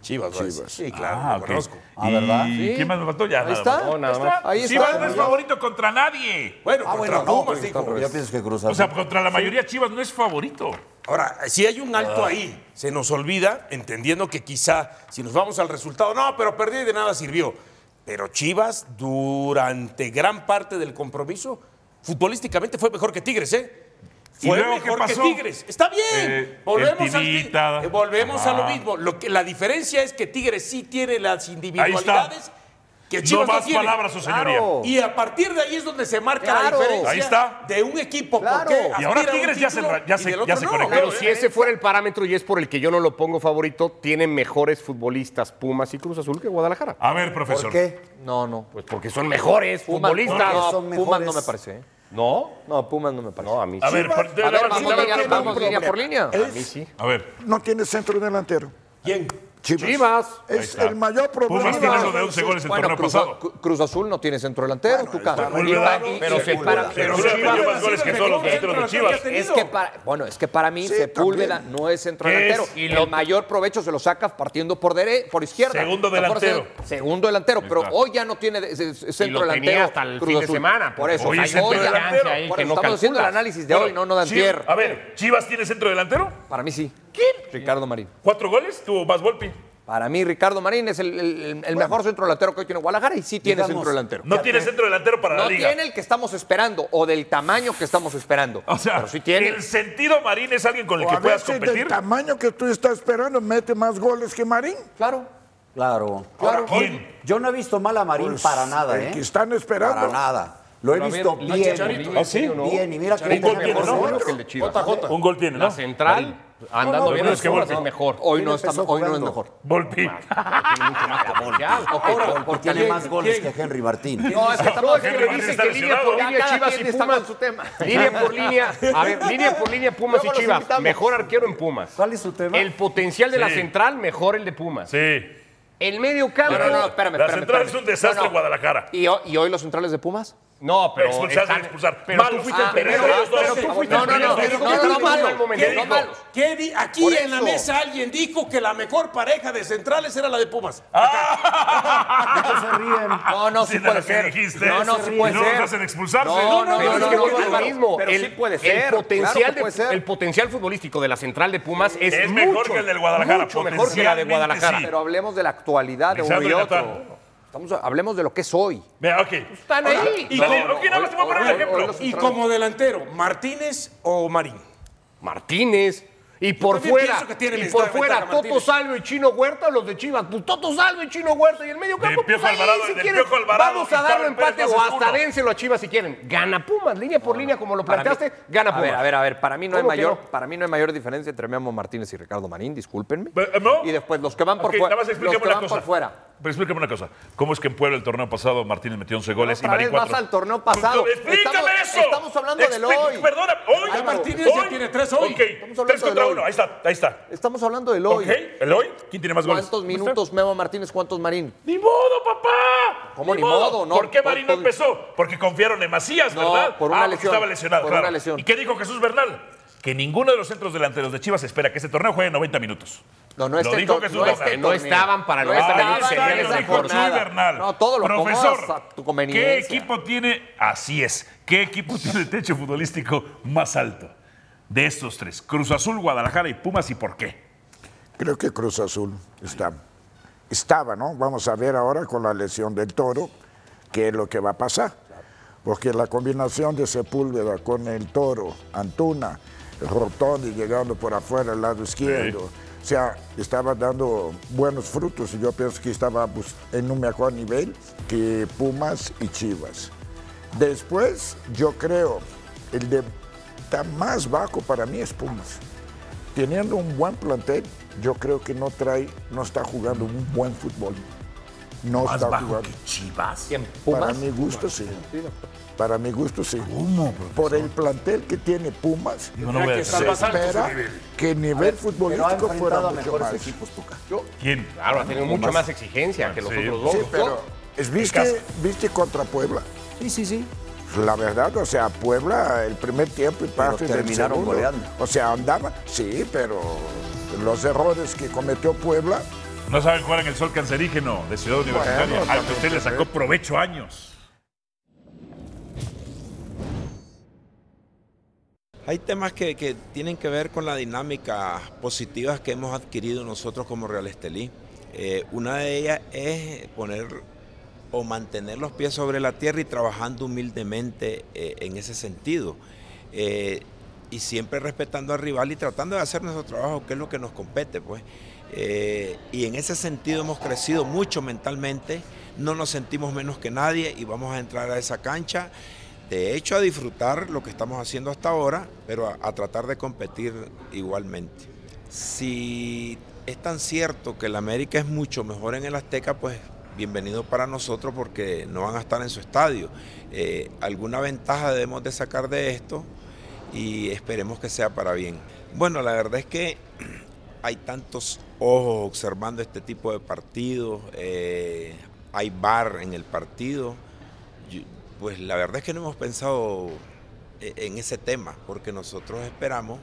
Speaker 3: Chivas, ¿no?
Speaker 7: Chivas.
Speaker 3: Sí, claro,
Speaker 5: Ah,
Speaker 3: lo
Speaker 5: ok.
Speaker 3: conozco.
Speaker 6: Ah, ¿verdad?
Speaker 5: ¿Y
Speaker 2: Sí.
Speaker 5: quién más me faltó? Ya,
Speaker 2: Ahí
Speaker 5: nada
Speaker 2: está.
Speaker 5: más.
Speaker 4: No, nada más.
Speaker 2: Ahí está.
Speaker 5: Chivas no es favorito contra nadie.
Speaker 3: Bueno, pues,
Speaker 6: Ah,
Speaker 3: contra
Speaker 6: bueno, no,
Speaker 3: Pumas,
Speaker 6: pero
Speaker 3: dijo.
Speaker 6: yo pienso que Cruz Azul.
Speaker 5: O sea, contra la mayoría Chivas no es favorito.
Speaker 3: Ahora, si hay un alto
Speaker 6: Ah.
Speaker 3: ahí, se nos olvida, entendiendo que quizá si nos vamos al resultado, no, pero perdí y de nada sirvió. Pero Chivas, durante gran parte del compromiso, futbolísticamente fue mejor que Tigres, ¿eh?
Speaker 5: ¿Y
Speaker 3: Fue
Speaker 5: luego qué
Speaker 3: mejor que
Speaker 5: pasó?
Speaker 3: Tigres. Está bien.
Speaker 5: Eh,
Speaker 3: volvemos
Speaker 5: el
Speaker 3: al-
Speaker 5: Tivita.
Speaker 3: eh, volvemos a lo
Speaker 5: Ajá.
Speaker 3: mismo. Lo que, la diferencia es que Tigres sí tiene las individualidades que
Speaker 5: No
Speaker 3: Chivas no,
Speaker 5: más
Speaker 3: tiene.
Speaker 5: palabras, su señoría.
Speaker 2: Claro.
Speaker 3: Y a partir de ahí es donde se marca
Speaker 2: Claro.
Speaker 3: la diferencia
Speaker 5: Ahí está.
Speaker 3: de un equipo.
Speaker 2: Claro.
Speaker 3: porque
Speaker 2: Y
Speaker 5: ahora
Speaker 3: aspira a un
Speaker 5: Tigres ya se
Speaker 3: título
Speaker 5: ra- ya
Speaker 3: y
Speaker 5: se-
Speaker 3: del
Speaker 5: ya
Speaker 3: otro
Speaker 5: se
Speaker 3: no.
Speaker 5: conectó.
Speaker 4: Pero si ese fuera el parámetro y es por el que yo no lo pongo favorito, tienen mejores futbolistas Pumas y Cruz Azul que Guadalajara.
Speaker 5: A ver,
Speaker 6: ¿Por
Speaker 5: profesor.
Speaker 6: qué?
Speaker 2: No, no.
Speaker 4: Pues porque son mejores
Speaker 2: Pumas,
Speaker 4: futbolistas.
Speaker 6: no,
Speaker 2: no,
Speaker 6: son
Speaker 2: Pumas no
Speaker 6: mejores.
Speaker 2: me parece. ¿eh?
Speaker 4: ¿No?
Speaker 2: No, Pumas no me parece.
Speaker 4: No, a mí sí.
Speaker 5: A ver, por-
Speaker 2: A ver,
Speaker 5: dame-
Speaker 2: vamos,
Speaker 5: dame-
Speaker 2: línea,
Speaker 5: dame-
Speaker 2: vamos línea por línea.
Speaker 4: a mí sí.
Speaker 5: A ver,
Speaker 7: No tiene centro delantero.
Speaker 3: ¿Quién?
Speaker 7: Chivas.
Speaker 4: Chivas.
Speaker 5: Ahí
Speaker 7: Es
Speaker 5: está.
Speaker 7: el mayor problema.
Speaker 5: Pumas tiene lo de 11 goles el torneo
Speaker 2: Cruz,
Speaker 5: pasado.
Speaker 2: Cru- Cruz Azul no tiene centro delantero, Tuca.
Speaker 5: Bueno,
Speaker 2: Y
Speaker 5: Ulveda,
Speaker 2: pa- y-
Speaker 4: pero
Speaker 2: y-
Speaker 4: se
Speaker 2: y-
Speaker 4: para-
Speaker 2: pero
Speaker 4: pero
Speaker 2: se-
Speaker 4: Chivas
Speaker 5: metió más goles que todos los delanteros de Chivas.
Speaker 2: es que para, bueno, es que para mí
Speaker 7: Sí,
Speaker 2: Sepúlveda
Speaker 7: también.
Speaker 2: no es centro
Speaker 5: ¿Qué es?
Speaker 2: delantero.
Speaker 5: Y
Speaker 2: el
Speaker 5: lo-
Speaker 2: mayor provecho se lo sacas partiendo por dere por izquierda.
Speaker 5: Segundo
Speaker 2: Lo mejor
Speaker 5: delantero.
Speaker 2: se- segundo delantero, pero
Speaker 5: está.
Speaker 2: hoy ya no tiene de- de- de- centro
Speaker 4: lo tenía
Speaker 2: delantero.
Speaker 4: hasta el
Speaker 2: Cruz
Speaker 4: fin de
Speaker 2: Azul.
Speaker 4: semana,
Speaker 2: Por eso,
Speaker 5: hoy
Speaker 2: o
Speaker 5: es
Speaker 2: sea,
Speaker 5: centro
Speaker 2: hoy ya-
Speaker 5: delantero, ahí
Speaker 2: por
Speaker 4: que
Speaker 2: eso
Speaker 4: no
Speaker 2: estamos haciendo el
Speaker 4: calculas.
Speaker 2: análisis de hoy, no, no de
Speaker 5: Chi-
Speaker 2: antier.
Speaker 5: A ver, ¿Chivas tiene centro delantero?
Speaker 2: Para mí sí. ¿Quién? Ricardo Marín.
Speaker 5: ¿Cuatro goles? ¿Tuvo más golpe?
Speaker 2: Para mí, Ricardo Marín es el, el- el mejor centro delantero que hoy tiene Guadalajara y sí tiene
Speaker 6: Digamos,
Speaker 2: centro delantero.
Speaker 5: No tiene centro delantero para
Speaker 2: No
Speaker 5: la liga.
Speaker 2: tiene el que estamos esperando o del tamaño que estamos esperando.
Speaker 5: O sea,
Speaker 2: pero sí tiene.
Speaker 5: el sentido Marín es alguien con el
Speaker 7: O
Speaker 5: que
Speaker 7: a
Speaker 5: puedas
Speaker 7: veces
Speaker 5: competir.
Speaker 7: del tamaño que tú estás esperando, mete más goles que Marín.
Speaker 2: Claro.
Speaker 6: Claro.
Speaker 5: Ahora,
Speaker 6: claro.
Speaker 5: ¿quién?
Speaker 6: Yo no he visto mal a Marín para nada,
Speaker 7: el
Speaker 6: ¿eh?
Speaker 7: que están esperando.
Speaker 6: Para nada. Lo he
Speaker 4: Pero a
Speaker 6: visto
Speaker 4: ver, la Chicharito,
Speaker 6: bien.
Speaker 4: ¿Ah, sí?
Speaker 6: Bien, y mira que
Speaker 5: Chicharito
Speaker 6: tenía
Speaker 5: tiene,
Speaker 6: mejor
Speaker 5: ¿no?
Speaker 6: gol.
Speaker 4: que el de Chivas.
Speaker 5: Un gol tiene, ¿no?
Speaker 4: La central, andando
Speaker 6: No, no,
Speaker 4: bien,
Speaker 6: pero
Speaker 4: es que
Speaker 6: es
Speaker 4: Volpi
Speaker 6: Chivas,
Speaker 4: es mejor.
Speaker 2: Hoy no,
Speaker 6: empezó
Speaker 2: está, hoy no es
Speaker 6: jugando?
Speaker 2: mejor.
Speaker 5: Volpi.
Speaker 4: Tiene mucho más potencial.
Speaker 6: Porque, tiene más goles que Henry Martín.
Speaker 2: No, es que estamos
Speaker 5: Henry
Speaker 4: Pero
Speaker 5: Martín
Speaker 4: dice
Speaker 5: está
Speaker 4: que línea por
Speaker 5: lesionado.
Speaker 4: línea Chivas y Pumas.
Speaker 2: su tema.
Speaker 4: Línea por línea, a ver, línea por línea Pumas
Speaker 2: Luego
Speaker 4: y
Speaker 2: los
Speaker 4: Chivas.
Speaker 2: invitamos.
Speaker 4: Mejor arquero en Pumas.
Speaker 6: ¿Cuál es su tema?
Speaker 4: El potencial de la
Speaker 5: Sí.
Speaker 4: central, mejor el de Pumas.
Speaker 5: Sí.
Speaker 4: El medio campo.
Speaker 2: No, no, no, espérame,
Speaker 5: La
Speaker 2: espérame,
Speaker 5: central
Speaker 2: espérame.
Speaker 5: es un desastre,
Speaker 2: No, no.
Speaker 5: Guadalajara.
Speaker 2: ¿Y, ho- y hoy los centrales de Pumas?
Speaker 4: No, pero.
Speaker 5: Expulsar,
Speaker 4: están-
Speaker 5: expulsar.
Speaker 4: Pero
Speaker 5: Malo,
Speaker 4: tú fuiste el
Speaker 5: ah,
Speaker 4: primero.
Speaker 5: pero ellos dos,
Speaker 4: pero
Speaker 5: tú
Speaker 4: tú
Speaker 5: fuiste
Speaker 4: fuiste
Speaker 2: No,
Speaker 4: el
Speaker 2: no, no.
Speaker 4: primero.
Speaker 2: No,
Speaker 4: Dijo
Speaker 2: no,
Speaker 4: que
Speaker 2: no,
Speaker 4: tú fuiste
Speaker 2: malo.
Speaker 4: el mal momento.
Speaker 2: No, malo.
Speaker 3: ¿Qué di- Aquí
Speaker 2: Por
Speaker 3: en la
Speaker 2: eso.
Speaker 3: mesa alguien dijo que la mejor pareja de centrales era la de Pumas.
Speaker 6: se ríen?
Speaker 2: No, no,
Speaker 5: Sí,
Speaker 2: sí
Speaker 5: de
Speaker 2: puede
Speaker 5: lo que
Speaker 2: ser.
Speaker 5: dijiste.
Speaker 2: No, no, sí
Speaker 5: Y
Speaker 2: puede
Speaker 5: luego
Speaker 2: ser.
Speaker 5: los hacen expulsarse.
Speaker 2: No, no,
Speaker 4: Pero
Speaker 2: no,
Speaker 4: es
Speaker 2: no,
Speaker 4: que
Speaker 2: no,
Speaker 4: vuelvo a lo
Speaker 2: Álvaro,
Speaker 4: mismo.
Speaker 2: pero
Speaker 4: el,
Speaker 2: sí puede
Speaker 4: el
Speaker 2: ser, claro
Speaker 4: potencial
Speaker 2: que puede
Speaker 4: de-
Speaker 2: ser.
Speaker 4: el potencial futbolístico de la central de Pumas es,
Speaker 5: Es mejor
Speaker 4: mucho-
Speaker 5: que el del Guadalajara,
Speaker 4: Mucho mejor que la de
Speaker 5: potencialmente
Speaker 4: Guadalajara.
Speaker 5: sí.
Speaker 2: Pero hablemos de la actualidad de uno
Speaker 5: Lisandro
Speaker 2: y
Speaker 5: Catán.
Speaker 2: otro. Estamos, hablemos de lo que es hoy.
Speaker 5: Mira, ok.
Speaker 2: Están ahí.
Speaker 5: Y
Speaker 3: No,
Speaker 5: como-
Speaker 3: no,
Speaker 5: ok, nada más te voy a poner un
Speaker 2: hoy-
Speaker 5: ejemplo.
Speaker 2: hoy los
Speaker 3: Y
Speaker 2: centrales-
Speaker 3: como delantero, ¿Martínez o Marín?
Speaker 4: Martínez. Y por
Speaker 3: también
Speaker 4: fuera,
Speaker 3: pienso que tiene
Speaker 4: y
Speaker 3: ventaja-
Speaker 4: por fuera
Speaker 3: ventaja
Speaker 4: Toto
Speaker 3: Martínez.
Speaker 4: Salvo y Chino Huerta, los de Chivas. Pues Toto Salvo y Chino Huerta y el medio campo.
Speaker 5: Piojo
Speaker 4: pues, ahí,
Speaker 5: Alvarado,
Speaker 4: si
Speaker 5: del
Speaker 4: quieren,
Speaker 5: Piojo Alvarado
Speaker 4: vamos
Speaker 5: y
Speaker 4: a darle
Speaker 5: Pablo
Speaker 4: empate
Speaker 5: Pérez
Speaker 4: o
Speaker 5: haces
Speaker 4: hasta
Speaker 5: uno.
Speaker 4: dénselo a Chivas si quieren. Gana Pumas, línea por línea, como lo
Speaker 2: Para mí-
Speaker 4: planteaste, gana
Speaker 2: a
Speaker 4: Pumas.
Speaker 2: ver, a ver, a ver, para mí no hay
Speaker 4: ¿Cómo que
Speaker 2: mayor,
Speaker 4: no?
Speaker 2: para mí no hay mayor diferencia entre Memo Martínez y Ricardo Marín, discúlpenme.
Speaker 5: Pero, eh, ¿no?
Speaker 2: Y después los que van por
Speaker 5: Ok,
Speaker 2: fuera,
Speaker 5: nada más
Speaker 2: los
Speaker 5: explícame
Speaker 2: que
Speaker 5: una
Speaker 2: van
Speaker 5: cosa.
Speaker 2: por fuera.
Speaker 5: Pero explícame una cosa. ¿Cómo es que en Puebla el torneo pasado Martínez metió 11 goles y
Speaker 2: Otra
Speaker 5: Marín
Speaker 2: vez vas
Speaker 5: 4?
Speaker 2: al torneo pasado.
Speaker 5: ¡Explícame
Speaker 2: Estamos-
Speaker 5: eso!
Speaker 2: estamos hablando del
Speaker 5: Explí-
Speaker 2: hoy.
Speaker 5: Perdona, hoy.
Speaker 2: Ay,
Speaker 3: Martínez
Speaker 5: hoy,
Speaker 3: ya tiene tres hoy.
Speaker 5: Ok,
Speaker 2: hablando
Speaker 5: tres
Speaker 2: del
Speaker 5: contra
Speaker 2: hoy.
Speaker 5: uno. Ahí está, ahí está.
Speaker 2: Estamos hablando del hoy.
Speaker 5: Ok, el hoy. ¿Quién tiene más goles?
Speaker 2: ¿Cuántos minutos Memo Martínez, cuántos Marín?
Speaker 5: ¡Ni modo, papá!
Speaker 2: ¿Cómo ni modo? No,
Speaker 5: ¿Por qué
Speaker 2: por-
Speaker 5: Marín no
Speaker 2: por-
Speaker 5: empezó? Porque confiaron en Macías,
Speaker 2: No,
Speaker 5: ¿verdad?
Speaker 2: por una
Speaker 5: Ah, porque
Speaker 2: lesión,
Speaker 5: estaba lesionado,
Speaker 2: por
Speaker 5: claro.
Speaker 2: una lesión.
Speaker 5: ¿Y qué dijo Jesús Bernal? Que ninguno de los centros delanteros de Chivas espera que este torneo juegue 90 minutos.
Speaker 2: No, no
Speaker 5: Lo
Speaker 2: este
Speaker 5: dijo
Speaker 2: tor-
Speaker 5: Jesús
Speaker 2: no
Speaker 5: Bernal.
Speaker 2: este
Speaker 4: No
Speaker 2: torneo.
Speaker 4: estaban para
Speaker 2: no
Speaker 4: los
Speaker 2: estaban
Speaker 4: minutos,
Speaker 2: en
Speaker 4: señor,
Speaker 2: esa
Speaker 4: lo dijo
Speaker 5: Jesús
Speaker 2: jornada.
Speaker 5: Bernal.
Speaker 2: No, todo lo
Speaker 5: Profesor,
Speaker 2: acomodas a tu
Speaker 5: ¿qué
Speaker 2: conveniencia.
Speaker 5: equipo tiene, así es, qué equipo tiene el techo futbolístico más alto? de estos tres? Cruz Azul, Guadalajara y Pumas, ¿y por qué?
Speaker 7: Creo que Cruz Azul está. Estaba, ¿no? Vamos a ver ahora con la lesión del toro qué es lo que va a pasar. Porque la combinación de Sepúlveda con el toro, Antuna, Rotondi llegando por afuera al lado izquierdo. O sea, estaba dando buenos frutos y yo pienso que estaba bus- en un mejor nivel que Pumas y Chivas. Después, yo creo, el de está más bajo para mí es Pumas teniendo un buen plantel, yo creo que no trae, no está jugando un buen fútbol. No
Speaker 3: Más
Speaker 7: está
Speaker 3: bajo
Speaker 7: jugando.
Speaker 3: que Chivas.
Speaker 2: ¿Quién?
Speaker 7: Para
Speaker 2: ¿Pumas?
Speaker 7: mi gusto sí. Para mi gusto sí. Por el plantel que tiene Pumas,
Speaker 5: Digo, no voy a
Speaker 3: que
Speaker 5: decir.
Speaker 3: salvar- Más alto
Speaker 7: espera
Speaker 3: su nivel.
Speaker 7: que el nivel
Speaker 6: Pero ha
Speaker 7: futbolístico
Speaker 6: enfrentado
Speaker 7: fuera
Speaker 6: a
Speaker 7: mucho
Speaker 6: mejores
Speaker 7: más.
Speaker 6: equipos, Tuca.
Speaker 5: ¿Quién?
Speaker 4: Claro, ha tenido mucha más exigencia que los
Speaker 5: Sí.
Speaker 4: otros dos.
Speaker 7: Sí, pero ¿es- ¿viste, ¿viste contra Puebla?
Speaker 6: Sí, sí, sí.
Speaker 7: La verdad, o sea, Puebla el primer tiempo y parte del
Speaker 6: terminaron
Speaker 7: segundo.
Speaker 6: goleando.
Speaker 7: O sea, andaba, sí, pero los errores que cometió Puebla
Speaker 5: No saben cuál era el sol cancerígeno de Ciudad Universitaria, al que usted le sacó provecho años.
Speaker 8: Hay temas que, que tienen que ver con la dinámica positiva que hemos adquirido nosotros como Real Estelí. Eh, una de ellas es poner o mantener los pies sobre la tierra y trabajando humildemente eh, en ese sentido. Eh, y siempre respetando al rival y tratando de hacer nuestro trabajo, que es lo que nos compete, pues. Eh, y en ese sentido hemos crecido mucho mentalmente, no nos sentimos menos que nadie y vamos a entrar a esa cancha de hecho a disfrutar lo que estamos haciendo hasta ahora, pero a, a tratar de competir igualmente. Si es tan cierto que el América es mucho mejor en el Azteca, pues bienvenido para nosotros porque no van a estar en su estadio. Eh, alguna ventaja debemos de sacar de esto y esperemos que sea para bien. Bueno, la verdad es que hay tantos ojos observando este tipo de partidos, eh, hay bar en el partido. Yo- Pues la verdad es que no hemos pensado e- en ese tema, porque nosotros esperamos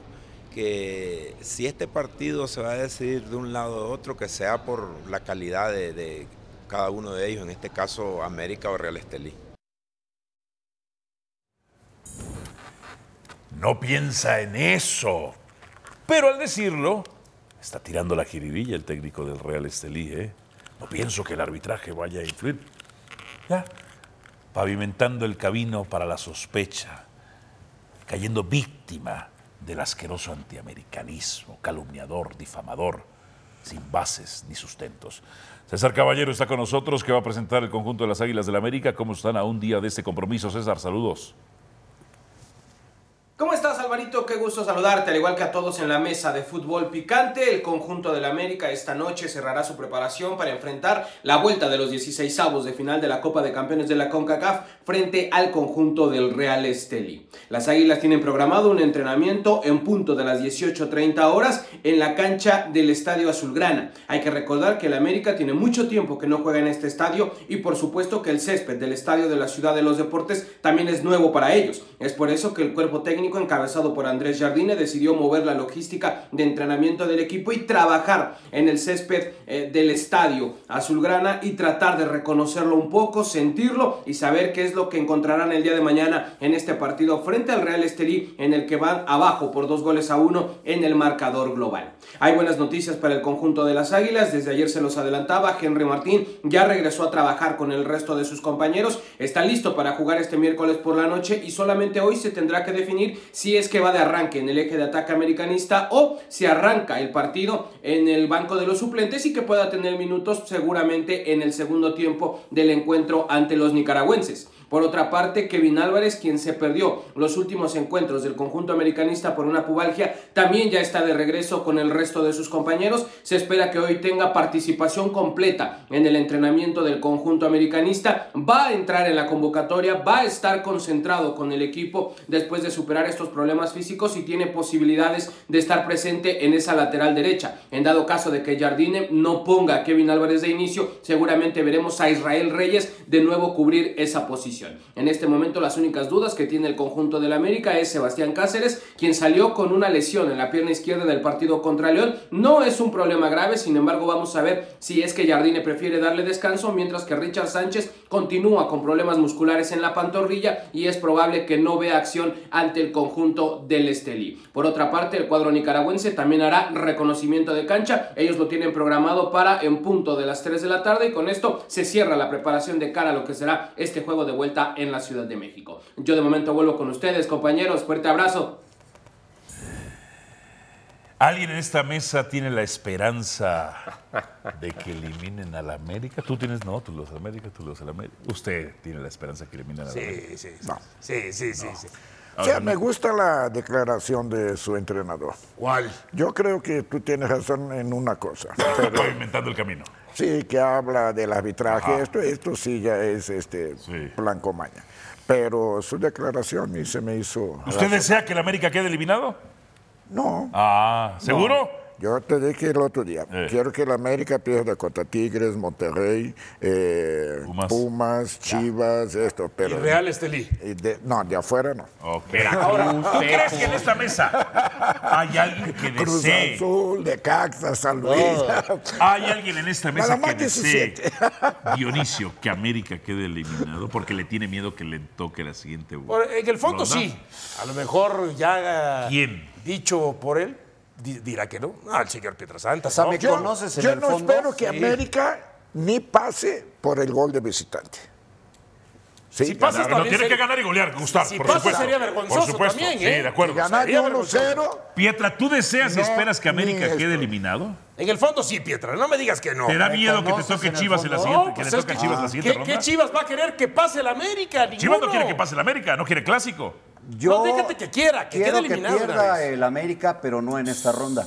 Speaker 8: que si este partido se va a decidir de un lado u otro, que sea por la calidad de, de cada uno de ellos, en este caso América o Real Estelí.
Speaker 5: No piensa en eso. Pero al decirlo, está tirando la jiribilla el técnico del Real Estelí, ¿eh? No pienso que el arbitraje vaya a influir. Ya, pavimentando el camino para la sospecha, cayendo víctima del asqueroso antiamericanismo, calumniador, difamador, sin bases ni sustentos. César Caballero está con nosotros, que va a presentar el conjunto de las Águilas del América. ¿Cómo están a un día de este compromiso, César? Saludos.
Speaker 9: ¿Cómo estás, Alvarito? Qué gusto saludarte, al igual que a todos en la mesa de fútbol picante. El conjunto del América esta noche cerrará su preparación para enfrentar la vuelta de los 16 avos de final de la Copa de Campeones de la CONCACAF frente al conjunto del Real Esteli. Las Águilas tienen programado un entrenamiento en punto de las 18.30 horas en la cancha del Estadio Azulgrana. Hay que recordar que el América tiene mucho tiempo que no juega en este estadio y por supuesto que el césped del Estadio de la Ciudad de los Deportes también es nuevo para ellos. Es por eso que el cuerpo técnico encabezado por Andrés Jardine decidió mover la logística de entrenamiento del equipo y trabajar en el césped eh, del estadio azulgrana y tratar de reconocerlo un poco, sentirlo y saber qué es lo que encontrarán el día de mañana en este partido frente al Real Estelí en el que van abajo por dos goles a uno en el marcador global. Hay buenas noticias para el conjunto de las Águilas, desde ayer se los adelantaba, Henry Martín ya regresó a trabajar con el resto de sus compañeros, está listo para jugar este miércoles por la noche y solamente hoy se tendrá que definir si es que va de arranque en el eje de ataque americanista o si arranca el partido en el banco de los suplentes y que pueda tener minutos seguramente en el segundo tiempo del encuentro ante los nicaragüenses. Por otra parte, Kevin Álvarez, quien se perdió los últimos encuentros del conjunto americanista por una pubalgia, también ya está de regreso con el resto de sus compañeros. Se espera que hoy tenga participación completa en el entrenamiento del conjunto americanista. Va a entrar en la convocatoria, va a estar concentrado con el equipo después de superar estos problemas físicos y tiene posibilidades de estar presente en esa lateral derecha. En dado caso de que Jardine no ponga a Kevin Álvarez de inicio, seguramente veremos a Israel Reyes de nuevo cubrir esa posición. posición. En este momento las únicas dudas que tiene el conjunto del América es Sebastián Cáceres, quien salió con una lesión en la pierna izquierda del partido contra León. No es un problema grave, sin embargo vamos a ver si es que Jardine prefiere darle descanso, mientras que Richard Sánchez continúa con problemas musculares en la pantorrilla y es probable que no vea acción ante el conjunto del Estelí. Por otra parte, el cuadro nicaragüense también hará reconocimiento de cancha. Ellos lo tienen programado para en punto de las 3 de la tarde y con esto se cierra la preparación de cara a lo que será este juego de vuelta en la Ciudad de México. Yo de momento vuelvo con ustedes, compañeros. Fuerte abrazo.
Speaker 5: ¿Alguien en esta mesa tiene la esperanza de que eliminen a la América? Tú tienes, no, tú los América, tú los América. Usted tiene la esperanza que eliminen a la América.
Speaker 3: Sí, sí, sí. Sí, sí, sí, sí.
Speaker 7: O sea, me gusta la declaración de su entrenador.
Speaker 3: ¿Cuál?
Speaker 7: Yo creo que tú tienes razón en una cosa.
Speaker 5: Estoy inventando el camino.
Speaker 7: Sí, que habla del arbitraje, esto, esto sí ya es este
Speaker 5: Sí.
Speaker 7: Blanco Maña. Pero su declaración y se me hizo.
Speaker 5: ¿Usted desea que la América quede eliminado?
Speaker 7: No.
Speaker 5: Ah, ¿seguro?
Speaker 7: Yo te dije el otro día,
Speaker 5: Eh.
Speaker 7: quiero que la América pierda contra Tigres, Monterrey, eh,
Speaker 5: Pumas.
Speaker 7: Pumas. Chivas, esto,
Speaker 3: El
Speaker 7: pero...
Speaker 3: Real Estelí.
Speaker 7: y de- no, de afuera no.
Speaker 5: Ok.
Speaker 4: Ahora,
Speaker 5: ¿Tú crees que en esta mesa hay alguien que
Speaker 7: Cruz
Speaker 5: desee?
Speaker 7: Azul, de Caxa, San Luis.
Speaker 5: Hay alguien en esta mesa
Speaker 7: Nada Ah, más
Speaker 5: que desee,
Speaker 7: 17.
Speaker 5: Dionisio, que América quede eliminado porque le tiene miedo que le toque la siguiente.
Speaker 3: Por- En el fondo
Speaker 5: ronda.
Speaker 3: sí. A lo mejor ya eh,
Speaker 5: ¿Quién?
Speaker 3: dicho por él di- dirá que no. Ah, el señor Pietrasanta.
Speaker 6: O sea,
Speaker 3: ¿no?
Speaker 6: me
Speaker 7: Yo-
Speaker 6: conoces en
Speaker 7: yo
Speaker 6: el
Speaker 7: no
Speaker 6: fondo.
Speaker 7: espero que América ni pase por el gol de visitante. Sí,
Speaker 3: Si pasa,
Speaker 5: No,
Speaker 3: también
Speaker 5: tiene que
Speaker 3: sería-
Speaker 5: ganar y golear, Gustavo.
Speaker 3: Si
Speaker 5: por
Speaker 3: pasa,
Speaker 5: supuesto.
Speaker 3: sería vergonzoso
Speaker 5: Por supuesto.
Speaker 3: también,
Speaker 5: Sí,
Speaker 3: ¿eh?
Speaker 5: de acuerdo.
Speaker 7: ganar
Speaker 3: sería
Speaker 7: 1-0,
Speaker 5: Pietra, ¿tú deseas y
Speaker 7: No,
Speaker 5: esperas que América
Speaker 7: ni esto.
Speaker 5: quede eliminado?
Speaker 3: En el fondo sí, Pietra. No me digas que no.
Speaker 5: ¿Te da
Speaker 6: me
Speaker 5: miedo que te
Speaker 6: conoces
Speaker 5: toque
Speaker 6: en el
Speaker 5: Chivas en la
Speaker 6: fondo.
Speaker 5: siguiente?
Speaker 3: No,
Speaker 5: ¿Que le
Speaker 3: pues es
Speaker 5: toque
Speaker 3: que-
Speaker 5: Chivas la
Speaker 3: ¿Qué,
Speaker 5: siguiente
Speaker 3: qué
Speaker 5: ronda?
Speaker 3: Chivas va a querer que pase el América?
Speaker 5: Chivas no
Speaker 3: Ninguno.
Speaker 5: quiere que pase el América, no quiere clásico.
Speaker 6: Yo
Speaker 3: No, déjate que quiera, que
Speaker 6: quiero
Speaker 3: quede eliminado
Speaker 6: que
Speaker 3: de una
Speaker 6: pierda
Speaker 3: vez.
Speaker 6: el América, pero no en esta ronda.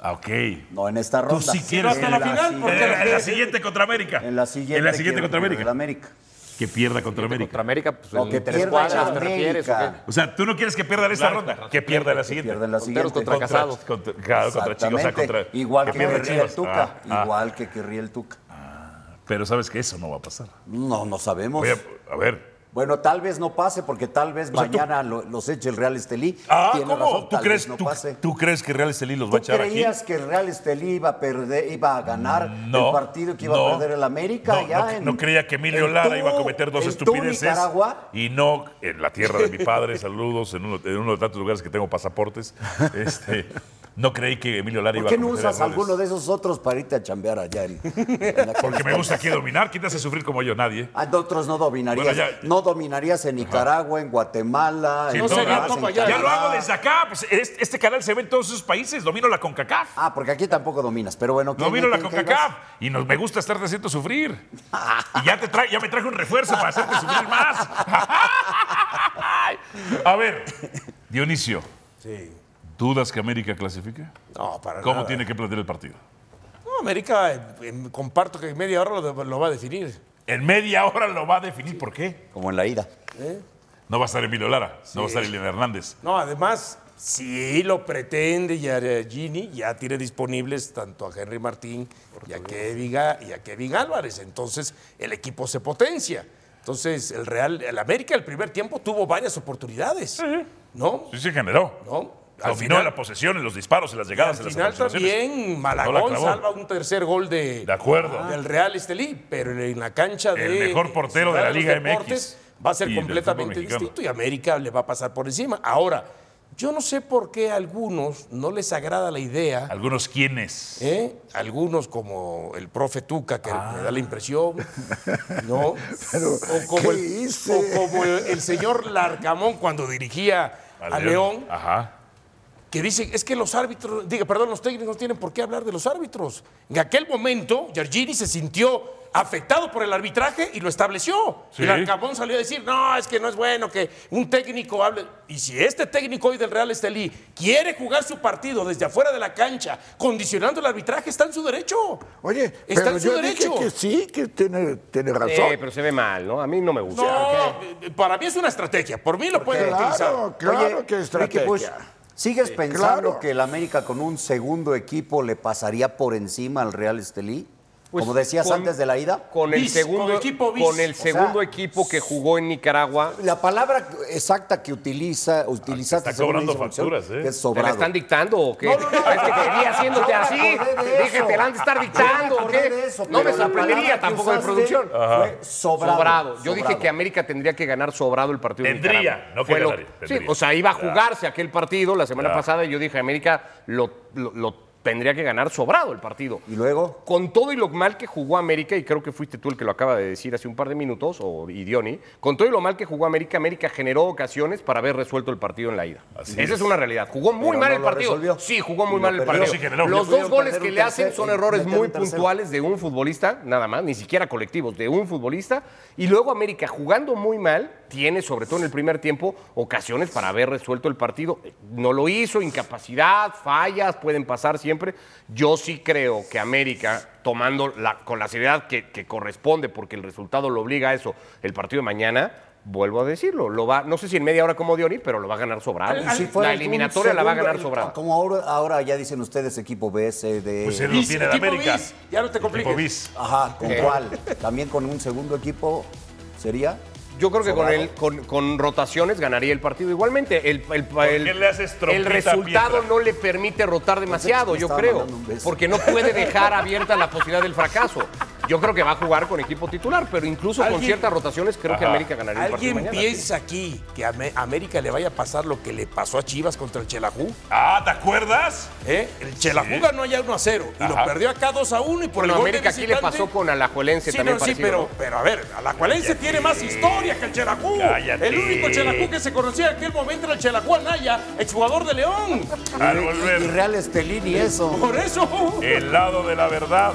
Speaker 5: Ah, ok.
Speaker 6: No en esta ronda.
Speaker 5: sí quieres
Speaker 6: En
Speaker 5: hasta la
Speaker 3: final,
Speaker 6: siguiente-
Speaker 3: porque-
Speaker 5: en, la, en la siguiente contra América.
Speaker 6: En la siguiente.
Speaker 5: En la siguiente
Speaker 6: quiero
Speaker 5: contra
Speaker 6: que pierda
Speaker 5: América.
Speaker 6: el América.
Speaker 5: Que pierda contra América.
Speaker 2: Contra América, pues
Speaker 6: O
Speaker 2: en
Speaker 6: que
Speaker 2: tres
Speaker 6: pierda el
Speaker 2: cuadras, ¿te refieres, o qué?
Speaker 6: América.
Speaker 5: O sea, tú no quieres que pierda en esta ronda. Que pierda en la siguiente.
Speaker 6: Pierda en la
Speaker 2: Conteros
Speaker 6: siguiente.
Speaker 2: contra
Speaker 5: Contra-
Speaker 2: Casados.
Speaker 5: contra- claro, contra Chivas. o sea,
Speaker 6: Exactamente.
Speaker 5: contra-
Speaker 6: Igual que
Speaker 5: pierda
Speaker 6: querría el
Speaker 5: Chivas.
Speaker 6: Tuca.
Speaker 5: Ah, ah.
Speaker 6: Igual que querría el Tuca.
Speaker 5: Pero sabes que eso no va a pasar.
Speaker 6: No, no sabemos.
Speaker 5: Oye, a ver.
Speaker 6: Bueno, tal vez no pase porque tal vez
Speaker 5: sea,
Speaker 6: mañana lo- los eche el Real Estelí.
Speaker 5: Ah,
Speaker 6: Tiene
Speaker 5: ¿cómo?
Speaker 6: razón,
Speaker 5: ¿Tú,
Speaker 6: tal
Speaker 5: crees,
Speaker 6: vez no
Speaker 5: tú,
Speaker 6: pase.
Speaker 5: tú crees que Real Estelí los va a
Speaker 6: ¿Tú
Speaker 5: echar aquí?
Speaker 6: creías que el Real Estelí iba a perder, iba a ganar
Speaker 5: No,
Speaker 6: el partido que iba
Speaker 5: no,
Speaker 6: a perder el América?
Speaker 5: No,
Speaker 6: ya
Speaker 5: no,
Speaker 6: en-
Speaker 5: no creía que Emilio
Speaker 6: en
Speaker 5: Lara
Speaker 6: tu-
Speaker 5: iba a cometer dos
Speaker 6: en tu
Speaker 5: estupideces.
Speaker 6: Nicaragua?
Speaker 5: Y no en la tierra de mi padre, saludos, en uno, en uno de tantos lugares que tengo pasaportes. Este, no creí que Emilio Lara
Speaker 6: ¿Por
Speaker 5: iba
Speaker 6: qué
Speaker 5: a
Speaker 6: no
Speaker 5: cometer
Speaker 6: usas
Speaker 5: errores.
Speaker 6: alguno de esos otros para irte a chambear allá? en- en la-
Speaker 5: Porque me gusta aquí dominar, ¿quién te hace sufrir como yo? Nadie.
Speaker 6: Ah, de otros no dominarías.
Speaker 5: Bueno, ya-
Speaker 6: No dominarías en Nicaragua, en Guatemala.
Speaker 5: Sí,
Speaker 6: en
Speaker 3: Ah, no sería
Speaker 6: Honduras,
Speaker 3: Copa
Speaker 6: en
Speaker 3: ya.
Speaker 5: Ya lo
Speaker 6: Canadá.
Speaker 5: hago desde acá, pues este, este canal se ve en todos esos países, domino la CONCACAF.
Speaker 6: Ah, porque aquí tampoco dominas, pero bueno. ¿quién-
Speaker 5: Domino la
Speaker 6: quién- quién vas?
Speaker 5: CONCACAF y nos, me gusta estarte haciendo sufrir. Y ya, te tra- ya me traje un refuerzo para hacerte sufrir más. A ver, Dionisio,
Speaker 3: Sí.
Speaker 5: ¿dudas que América clasifique?
Speaker 3: No, para
Speaker 5: ¿Cómo
Speaker 3: nada.
Speaker 5: tiene que plantear el partido?
Speaker 3: No, América, eh, eh, comparto que en media hora lo, lo va a definir.
Speaker 5: En media hora lo va a definir por qué.
Speaker 6: Como en la ida.
Speaker 3: ¿Eh?
Speaker 5: No va a estar Emilio Lara, no va a estar Elian Hernández.
Speaker 3: No, además, si lo pretende Yaragini, ya tiene disponibles tanto a Henry Martín y a, Kevin, Ga- y a Kevin Álvarez. Entonces, el equipo se potencia. Entonces, el Real, el América el primer tiempo tuvo varias oportunidades. ¿No?
Speaker 5: Sí se generó.
Speaker 3: ¿No?
Speaker 5: Al Dominó en la posesión, en los disparos, en las
Speaker 3: Al
Speaker 5: llegadas, en las
Speaker 3: final
Speaker 5: aproximaciones.
Speaker 3: también eh,
Speaker 5: No la
Speaker 3: Malagón
Speaker 5: clavó.
Speaker 3: salva un tercer gol de,
Speaker 5: De acuerdo.
Speaker 3: del Real Estelí, pero en la cancha de
Speaker 5: El mejor portero
Speaker 3: Ciudad
Speaker 5: de la Liga
Speaker 3: los Deportes
Speaker 5: MX
Speaker 3: va a ser
Speaker 5: y del
Speaker 3: completamente
Speaker 5: fútbol mexicano.
Speaker 3: distinto y América le va a pasar por encima. Ahora, yo no sé por qué a algunos no les agrada la idea.
Speaker 5: Algunos quienes.
Speaker 3: ¿eh? Algunos como el profe Tuca, que me
Speaker 5: Ah.
Speaker 3: da la impresión, ¿no? o como,
Speaker 7: ¿qué
Speaker 3: el,
Speaker 7: hice?
Speaker 3: o como el- el señor Larcamón cuando dirigía
Speaker 5: Al
Speaker 3: a León
Speaker 5: Ajá.
Speaker 3: que dice, es que los árbitros, diga, perdón, los técnicos no tienen por qué hablar de los árbitros. En aquel momento, Giorgini se sintió afectado por el arbitraje y lo estableció.
Speaker 5: Sí.
Speaker 3: El Arcamón salió a decir, no, es que no es bueno que un técnico hable. Y si este técnico hoy del Real Estelí quiere jugar su partido desde afuera de la cancha, condicionando el arbitraje, está en su derecho.
Speaker 7: Oye,
Speaker 3: está
Speaker 7: pero
Speaker 3: en su
Speaker 7: yo
Speaker 3: derecho.
Speaker 7: dije que sí, que tiene, tiene razón.
Speaker 4: Eh, pero se ve mal, ¿no? A mí no me gusta.
Speaker 3: No, eh, para mí es una estrategia. Por mí lo
Speaker 5: pues,
Speaker 3: pueden
Speaker 7: claro,
Speaker 3: utilizar.
Speaker 7: claro
Speaker 6: Oye, Ricky
Speaker 7: que estrategia.
Speaker 6: Bush, ¿Sigues pensando
Speaker 7: claro.
Speaker 6: que el América con un segundo equipo le pasaría por encima al Real Estelí?
Speaker 4: Pues,
Speaker 6: como decías
Speaker 4: con-
Speaker 6: antes de la ida.
Speaker 4: Con el
Speaker 3: Bis,
Speaker 4: segundo,
Speaker 3: con equipo bis.
Speaker 4: con el
Speaker 3: O
Speaker 6: sea,
Speaker 4: segundo equipo que jugó en Nicaragua.
Speaker 6: La palabra exacta que utiliza, utilizaste.
Speaker 10: Está
Speaker 6: según la
Speaker 10: cobrando
Speaker 6: instrucción,
Speaker 10: facturas, ¿eh?
Speaker 6: que es
Speaker 4: ¿Te la
Speaker 6: sobrado.
Speaker 4: están dictando o qué? este Es que te vi haciéndote
Speaker 6: Yo me
Speaker 4: así.
Speaker 6: acordé de
Speaker 4: Dije,
Speaker 6: eso.
Speaker 4: te la han de estar
Speaker 6: Yo me
Speaker 4: dictando. ¿o
Speaker 6: acordé
Speaker 4: qué?
Speaker 6: de eso,
Speaker 4: no
Speaker 6: pero
Speaker 4: me
Speaker 6: la palabra
Speaker 4: sorprendería
Speaker 6: que
Speaker 4: tampoco de
Speaker 6: usaste
Speaker 4: producción.
Speaker 6: Fue sobrado.
Speaker 4: Sobrado. Yo dije
Speaker 6: sobrado.
Speaker 4: que América tendría que ganar sobrado el partido. de
Speaker 10: Tendría,
Speaker 4: Nicaragua.
Speaker 10: no que
Speaker 4: Fue lo-
Speaker 10: ganaría,
Speaker 4: Sí,
Speaker 10: tendría.
Speaker 4: o sea, iba a
Speaker 10: Claro.
Speaker 4: jugarse aquel partido la semana
Speaker 10: Claro.
Speaker 4: pasada y yo dije, América lo, lo- lo tendría que ganar sobrado el partido.
Speaker 6: Y luego,
Speaker 4: Con todo y lo mal que jugó América, y creo que fuiste tú el que lo acaba de decir hace un par de minutos, o y Diony, con todo y lo mal que jugó América, América generó ocasiones para haber resuelto el partido en la ida.
Speaker 10: Así
Speaker 4: Esa es.
Speaker 10: es.
Speaker 4: una realidad. Jugó muy
Speaker 6: Pero
Speaker 4: mal
Speaker 6: no
Speaker 4: el
Speaker 6: lo
Speaker 4: partido.
Speaker 6: resolvió.
Speaker 4: Sí, jugó
Speaker 6: Y
Speaker 4: muy
Speaker 6: lo
Speaker 4: mal el
Speaker 6: perdió.
Speaker 4: partido.
Speaker 10: Sí generó.
Speaker 4: Los
Speaker 6: Pudieron
Speaker 4: dos goles
Speaker 6: perder
Speaker 4: que
Speaker 6: un
Speaker 4: le hacen
Speaker 6: tercero
Speaker 4: son
Speaker 6: y
Speaker 4: errores
Speaker 6: meter
Speaker 4: muy
Speaker 6: un tercero.
Speaker 4: puntuales de un futbolista, nada más, ni siquiera colectivos, de un futbolista. Y luego América, jugando muy mal, tiene, sobre todo en el primer tiempo, ocasiones para haber resuelto el partido. No lo hizo, incapacidad, fallas, pueden pasar siempre. Yo sí creo que América, tomando la- con la seriedad que, que corresponde, porque el resultado lo obliga a eso, el partido de mañana. Vuelvo a decirlo, lo va, no sé si en media hora como Diony, pero lo va a ganar sobrado.
Speaker 6: y Ah, pues si fuera
Speaker 4: la
Speaker 6: un
Speaker 4: eliminatoria la va a
Speaker 6: segundo,
Speaker 4: ganar sobrado.
Speaker 6: Como ahora, ahora ya dicen ustedes equipo B, C, D. E,
Speaker 10: Pues él lo
Speaker 3: Bis,
Speaker 10: tiene de
Speaker 3: equipo
Speaker 10: América.
Speaker 3: bis. Ya no te compliques.
Speaker 10: Equipo bis.
Speaker 6: Ajá, ¿con cuál? También con un segundo equipo sería.
Speaker 4: Yo creo que con,
Speaker 6: Sobrado.
Speaker 4: el, con, con rotaciones ganaría el partido. Igualmente, el, el, el-
Speaker 10: qué le haces trompita
Speaker 4: el resultado
Speaker 10: a Pietra?
Speaker 4: no le permite rotar demasiado,
Speaker 6: me
Speaker 4: yo
Speaker 6: estaba
Speaker 4: creo.
Speaker 6: mandando un beso.
Speaker 4: Porque no puede dejar abierta la posibilidad del fracaso. Yo creo que va a jugar con equipo titular, pero incluso con
Speaker 3: ¿Alguien?
Speaker 4: ciertas rotaciones creo que
Speaker 10: Ajá.
Speaker 4: América ganaría el partido
Speaker 3: ¿Alguien
Speaker 4: mañana.
Speaker 3: piensa aquí que a Me- América le vaya a pasar lo que le pasó a Chivas contra el Chelajú?
Speaker 10: Ah, ¿te acuerdas?
Speaker 3: ¿Eh? El Chelajú ganó allá 1 a 0 y lo
Speaker 10: Ajá.
Speaker 3: perdió acá 2 a 1 y por
Speaker 4: Bueno,
Speaker 3: el gol de
Speaker 4: América aquí le
Speaker 3: visitante-
Speaker 4: pasó con Alajuelense
Speaker 3: Sí,
Speaker 4: también
Speaker 3: no, sí,
Speaker 4: parecido,
Speaker 3: pero,
Speaker 4: ¿no?
Speaker 3: pero a ver, Alajuelense tiene más historia que el Chelajú.
Speaker 10: Cállate.
Speaker 3: El único Chelajú que se conocía en aquel momento era el Chelajú Anaya, exjugador de León.
Speaker 10: Al
Speaker 6: Y
Speaker 10: volver,
Speaker 6: Real Estelín y eso.
Speaker 3: Por eso.
Speaker 10: el lado de la verdad.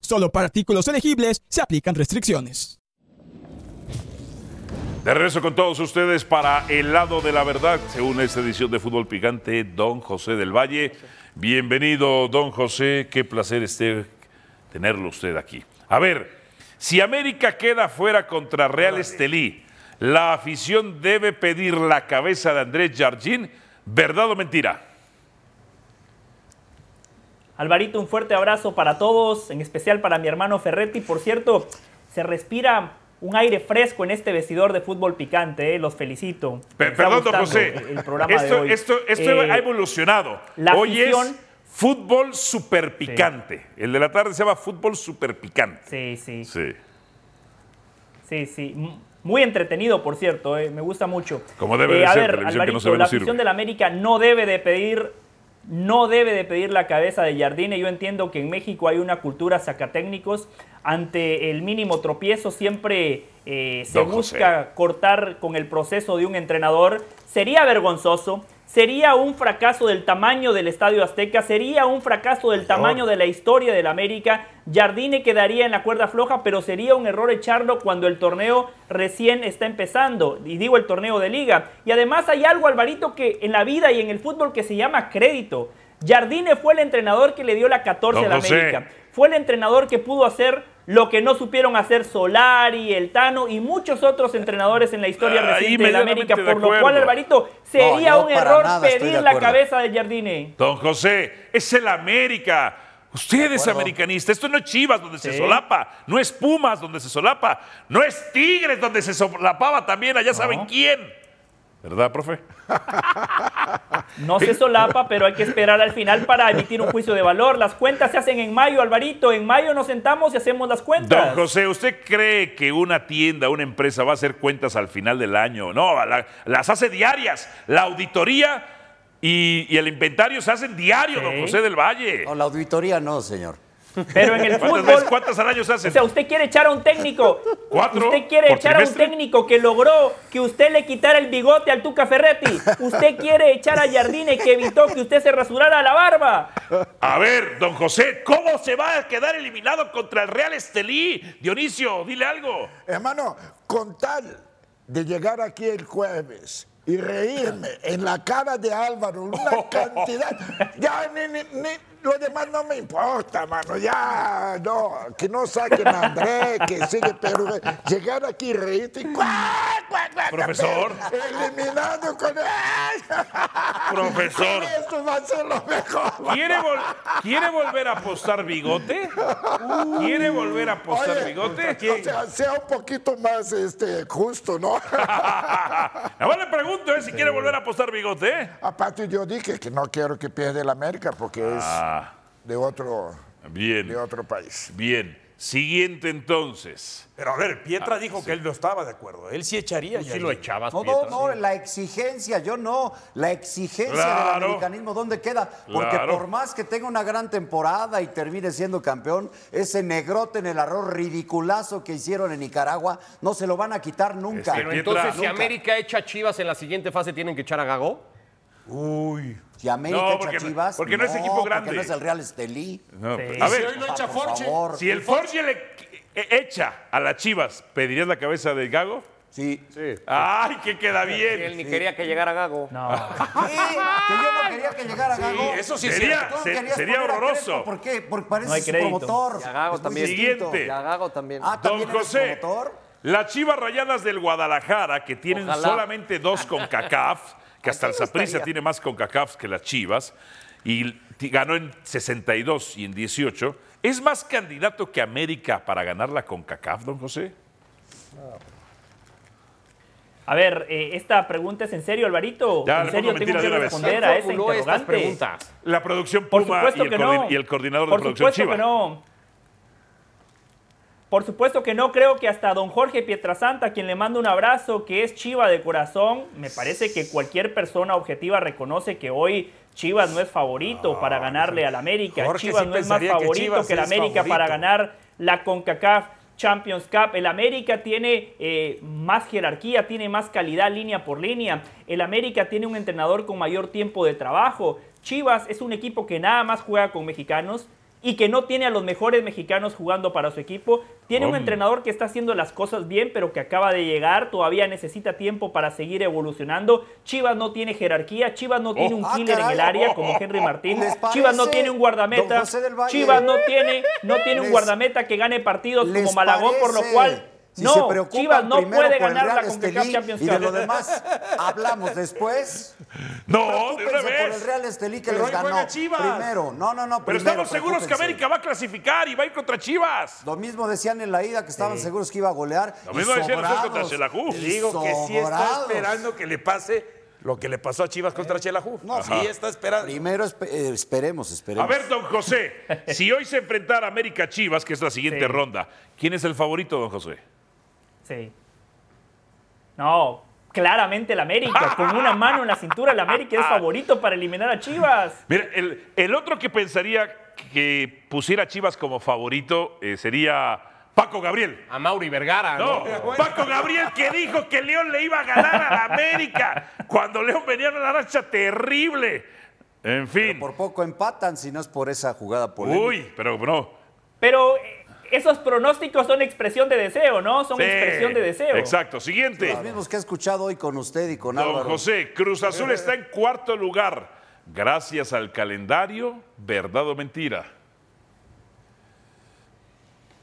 Speaker 11: Solo para artículos elegibles se aplican restricciones.
Speaker 5: De regreso con todos ustedes para El lado de la verdad, según esta edición de Fútbol Picante, don José del Valle. Bienvenido, don José. Qué placer este, tenerlo usted aquí. A ver, si América queda fuera contra Real Estelí, la afición debe pedir la cabeza de Andrés Jardín, ¿verdad o mentira?
Speaker 12: Alvarito, un fuerte abrazo para todos, en especial para mi hermano Ferretti. Por cierto, se respira un aire fresco en este vestidor de fútbol picante, eh, los felicito.
Speaker 5: Pe-
Speaker 12: Me está
Speaker 5: perdón, don
Speaker 12: gustando
Speaker 5: José.
Speaker 12: El programa
Speaker 5: esto
Speaker 12: de hoy.
Speaker 5: esto, esto
Speaker 12: Eh,
Speaker 5: ha evolucionado.
Speaker 12: la
Speaker 5: Hoy es
Speaker 12: afición-
Speaker 5: fútbol super picante. El de la tarde se llama fútbol super picante.
Speaker 12: Sí, sí,
Speaker 5: Sí.
Speaker 12: sí, sí. M- Muy entretenido, por cierto, eh, me gusta mucho. Eh,
Speaker 5: Como debe de
Speaker 12: a
Speaker 5: ser,
Speaker 12: ver,
Speaker 5: televisión que no se
Speaker 12: Alvarito,
Speaker 5: ve no
Speaker 12: la
Speaker 5: sirve.
Speaker 12: afición del América no debe de pedir, no debe de pedir la cabeza de Jardine. Yo entiendo que en México hay una cultura sacatécnicos. Ante el mínimo tropiezo siempre eh, se
Speaker 5: Don José.
Speaker 12: busca cortar con el proceso de un entrenador. Sería vergonzoso. Sería un fracaso del tamaño del Estadio Azteca, sería un fracaso del tamaño de la historia del América. Jardine quedaría en la cuerda floja, pero sería un error echarlo cuando el torneo recién está empezando. Y digo el torneo de liga. Y además hay algo, Alvarito, que en la vida y en el fútbol que se llama crédito. Jardine fue el entrenador que le dio la 14
Speaker 5: Don
Speaker 12: a la
Speaker 5: José.
Speaker 12: América fue el entrenador que pudo hacer lo que no supieron hacer Solari, El Tano y muchos otros entrenadores en la historia
Speaker 5: Ahí
Speaker 12: reciente de la
Speaker 5: medianamente
Speaker 12: América,
Speaker 5: de
Speaker 12: por lo
Speaker 5: acuerdo.
Speaker 12: cual, Alvarito, sería
Speaker 6: yo
Speaker 12: un
Speaker 6: para
Speaker 12: error
Speaker 6: nada estoy de
Speaker 12: pedir la
Speaker 6: acuerdo.
Speaker 12: cabeza de Jardine.
Speaker 5: Don José, es el América. Usted es
Speaker 6: acuerdo.
Speaker 5: americanista. Esto no es Chivas donde se
Speaker 12: Sí.
Speaker 5: solapa, no es Pumas donde se solapa, no es Tigres donde se solapaba también, allá saben quién. ¿Verdad, profe?
Speaker 12: No se solapa, pero hay que esperar al final para emitir un juicio de valor. Las cuentas se hacen en mayo, Alvarito. En mayo nos sentamos y hacemos las
Speaker 5: Don
Speaker 12: cuentas.
Speaker 5: José, ¿usted cree que una tienda, una empresa va a hacer cuentas al final del año? No, la- las hace diarias. La auditoría y, y el inventario se hacen diario, don José del Valle.
Speaker 6: No, la auditoría no, señor.
Speaker 12: Pero en el
Speaker 5: ¿Cuántas
Speaker 12: fútbol-
Speaker 5: veces- ¿Cuántas al año se hacen?
Speaker 12: O sea, usted quiere echar a un técnico.
Speaker 5: Cuatro
Speaker 12: Usted quiere
Speaker 5: por
Speaker 12: echar
Speaker 5: trimestre.
Speaker 12: a un técnico que logró que usted le quitara el bigote al Tuca Ferretti. Usted quiere echar a Jardine que evitó que usted se rasurara la barba.
Speaker 5: A ver, don José, ¿cómo se va a quedar eliminado contra el Real Estelí? Dionisio, dile algo.
Speaker 7: Hermano, con tal de llegar aquí el jueves y reírme en la cara de Álvaro una cantidad, ya ni, ni- ni- lo demás no me importa, mano, ya, no, que no saquen a André, que sigue, pero llegar aquí y reírte, y ¡cuá, cuá, cuá,
Speaker 5: Profesor.
Speaker 7: eliminado con
Speaker 5: Profesor.
Speaker 7: Esto va a ser lo mejor.
Speaker 5: ¿Quiere, vol- ¿Eh? quiere volver a apostar bigote? ¿Quiere volver a apostar
Speaker 7: Oye,
Speaker 5: bigote?
Speaker 7: O sea, sea un poquito más este, justo, ¿no?
Speaker 5: Nada más le pregunto eh, si quiere volver a apostar bigote. ¿eh?
Speaker 7: Aparte yo dije que no quiero que pierda el América porque
Speaker 5: Ah,
Speaker 7: es de otro,
Speaker 5: bien.
Speaker 7: de otro país.
Speaker 5: Bien. Siguiente entonces.
Speaker 3: Pero a ver, Pietra
Speaker 5: Ah,
Speaker 3: dijo
Speaker 5: sí.
Speaker 3: que él no estaba de acuerdo. Él sí echaría.
Speaker 4: Tú sí
Speaker 3: Yair.
Speaker 4: lo echabas,
Speaker 6: No, no,
Speaker 4: Pietra.
Speaker 6: no, la exigencia, yo no. La exigencia del
Speaker 5: Claro.
Speaker 6: americanismo, ¿dónde queda? Porque
Speaker 5: Claro.
Speaker 6: por más que tenga una gran temporada y termine siendo campeón, ese negrote en el arroz ridiculazo que hicieron en Nicaragua, no se lo van a quitar nunca.
Speaker 5: Este,
Speaker 4: Pero
Speaker 5: Pietra,
Speaker 4: entonces, si
Speaker 6: nunca.
Speaker 4: América echa a Chivas en la siguiente fase, ¿tienen que echar a Gago?
Speaker 3: Uy.
Speaker 6: Si América
Speaker 5: No,
Speaker 6: echa
Speaker 5: porque no-
Speaker 6: Chivas,
Speaker 5: porque no es equipo grande.
Speaker 6: Porque no es el Real Estelí.
Speaker 5: No,
Speaker 12: Sí.
Speaker 5: pues,
Speaker 3: A
Speaker 5: A
Speaker 3: ver,
Speaker 5: ver,
Speaker 3: hoy no echa
Speaker 6: Por
Speaker 3: Forche.
Speaker 6: favor.
Speaker 5: si el Forge le e- echa a las chivas, ¿pedirías la cabeza de Gago?
Speaker 6: Sí.
Speaker 5: ¡Ay, que queda bien!
Speaker 4: Él ni quería que llegara Gago.
Speaker 6: Sí, que yo no quería que llegara Gago.
Speaker 3: Eso sí es
Speaker 5: Sería,
Speaker 6: Tú
Speaker 5: se-
Speaker 6: querías
Speaker 5: sería
Speaker 6: poner a
Speaker 5: horroroso.
Speaker 6: Crespo, ¿Por qué? Porque parece
Speaker 12: No hay
Speaker 6: su
Speaker 12: crédito.
Speaker 6: promotor.
Speaker 2: Y a Gago
Speaker 6: Es muy
Speaker 2: también.
Speaker 5: Siguiente.
Speaker 6: distinto.
Speaker 2: Ya Gago también.
Speaker 6: Ah,
Speaker 5: Don
Speaker 6: también eres
Speaker 5: José,
Speaker 6: promotor.
Speaker 5: las chivas rayadas del Guadalajara, que tienen
Speaker 2: Ojalá.
Speaker 5: solamente dos con CACAF, que hasta el Saprissa tiene más con CACAF que las chivas, y ti- ganó en 62 y en 18, ¿es más candidato que América para ganar la CONCACAF, don José?
Speaker 12: A ver, eh, esta pregunta es en serio, Alvarito.
Speaker 5: Ya, le
Speaker 12: Oh, en
Speaker 5: pongo
Speaker 12: serio
Speaker 5: mentiras
Speaker 12: tengo que
Speaker 5: de una vez.
Speaker 12: responder a esa
Speaker 4: Formuló estas
Speaker 12: interrogante.
Speaker 4: preguntas.
Speaker 5: La producción
Speaker 12: Por
Speaker 5: Puma y
Speaker 12: supuesto
Speaker 5: el,
Speaker 12: que
Speaker 5: coordin-
Speaker 12: no.
Speaker 5: y el coordinador
Speaker 12: Por
Speaker 5: de producción
Speaker 12: supuesto
Speaker 5: Chiva.
Speaker 12: que no. Por supuesto que no, creo que hasta don Jorge Pietrasanta, a quien le mando un abrazo, que es Chiva de corazón, me parece que cualquier persona objetiva reconoce que hoy Chivas no es favorito para ganarle al América.
Speaker 3: Jorge
Speaker 12: Chivas
Speaker 3: sí
Speaker 12: no es más
Speaker 3: pensaría que
Speaker 12: favorito
Speaker 3: Chivas
Speaker 12: que el
Speaker 3: es
Speaker 12: América para
Speaker 3: favorito.
Speaker 12: ganar la CONCACAF Champions Cup. El América tiene eh, más jerarquía, tiene más calidad línea por línea. El América tiene un entrenador con mayor tiempo de trabajo. Chivas es un equipo que nada más juega con mexicanos y que no tiene a los mejores mexicanos jugando para su equipo. Tiene un
Speaker 5: Hombre.
Speaker 12: entrenador que está haciendo las cosas bien, pero que acaba de llegar, todavía necesita tiempo para seguir evolucionando. Chivas no tiene jerarquía, Chivas no tiene un
Speaker 6: ah,
Speaker 12: killer en el
Speaker 6: caray. oh,
Speaker 12: área como Henry Martín.
Speaker 6: ¿Les
Speaker 12: Chivas no
Speaker 6: parece,
Speaker 12: tiene un guardameta.
Speaker 6: don José del Valle?
Speaker 12: Chivas no tiene, no tiene un
Speaker 6: Les-
Speaker 12: guardameta que gane partidos como
Speaker 6: ¿Les
Speaker 12: Malagón, por lo
Speaker 6: parece?
Speaker 12: cual
Speaker 6: Si se
Speaker 12: no,
Speaker 6: preocupan
Speaker 12: Chivas no
Speaker 6: primero por
Speaker 12: puede
Speaker 6: el
Speaker 12: ganar la
Speaker 6: Real
Speaker 12: CONCACAF
Speaker 6: Estelí
Speaker 12: Champions
Speaker 6: Y de lo
Speaker 12: Cup.
Speaker 6: demás hablamos después.
Speaker 5: No, de una
Speaker 6: Preocúpense por el
Speaker 5: vez.
Speaker 6: Real Estelí que
Speaker 3: Pero
Speaker 6: les
Speaker 3: hoy juega
Speaker 6: ganó.
Speaker 3: Chivas.
Speaker 6: Primero, no, no, no.
Speaker 5: Pero
Speaker 6: primero,
Speaker 5: estamos seguros que
Speaker 6: preocúpense.
Speaker 5: América va a clasificar y va a ir contra Chivas.
Speaker 6: Lo mismo decían en la ida que estaban seguros que iba a golear.
Speaker 5: Lo
Speaker 6: y
Speaker 5: mismo decían nosotros contra
Speaker 6: sobrados,
Speaker 5: Xelajú.
Speaker 6: y
Speaker 3: Digo que sí está
Speaker 6: sobrados. Eh,
Speaker 3: esperando que le pase lo que le pasó a Chivas contra Chelaju. No, sí está esperando.
Speaker 6: Primero espe- eh, esperemos,
Speaker 5: A
Speaker 6: esperemos.
Speaker 5: ver, don José, si hoy se enfrentara América Chivas, que es la siguiente
Speaker 12: Sí.
Speaker 5: ronda, ¿quién es el favorito, don José?
Speaker 12: Sí. No, claramente el América. Con una mano en la cintura, el América es favorito para eliminar a Chivas.
Speaker 5: Mira, el, el otro que pensaría que pusiera a Chivas como favorito eh, sería Paco Gabriel.
Speaker 4: A Mauri
Speaker 6: ah,
Speaker 4: Vergara,
Speaker 5: No,
Speaker 4: ¿no?
Speaker 5: Paco Gabriel que dijo que León le iba a ganar a la América cuando León venía en una racha terrible. En fin.
Speaker 6: Por poco empatan si no es por esa jugada polémica.
Speaker 5: Uy, pero no.
Speaker 12: Pero eh, esos pronósticos son expresión de deseo, ¿no? Son
Speaker 5: Sí,
Speaker 12: expresión de deseo.
Speaker 5: Exacto. Siguiente.
Speaker 6: Los mismos que he escuchado hoy con usted y con
Speaker 5: Don
Speaker 6: Álvaro. Eh,
Speaker 5: José, Cruz Azul está en cuarto lugar. Gracias al calendario, verdad o mentira.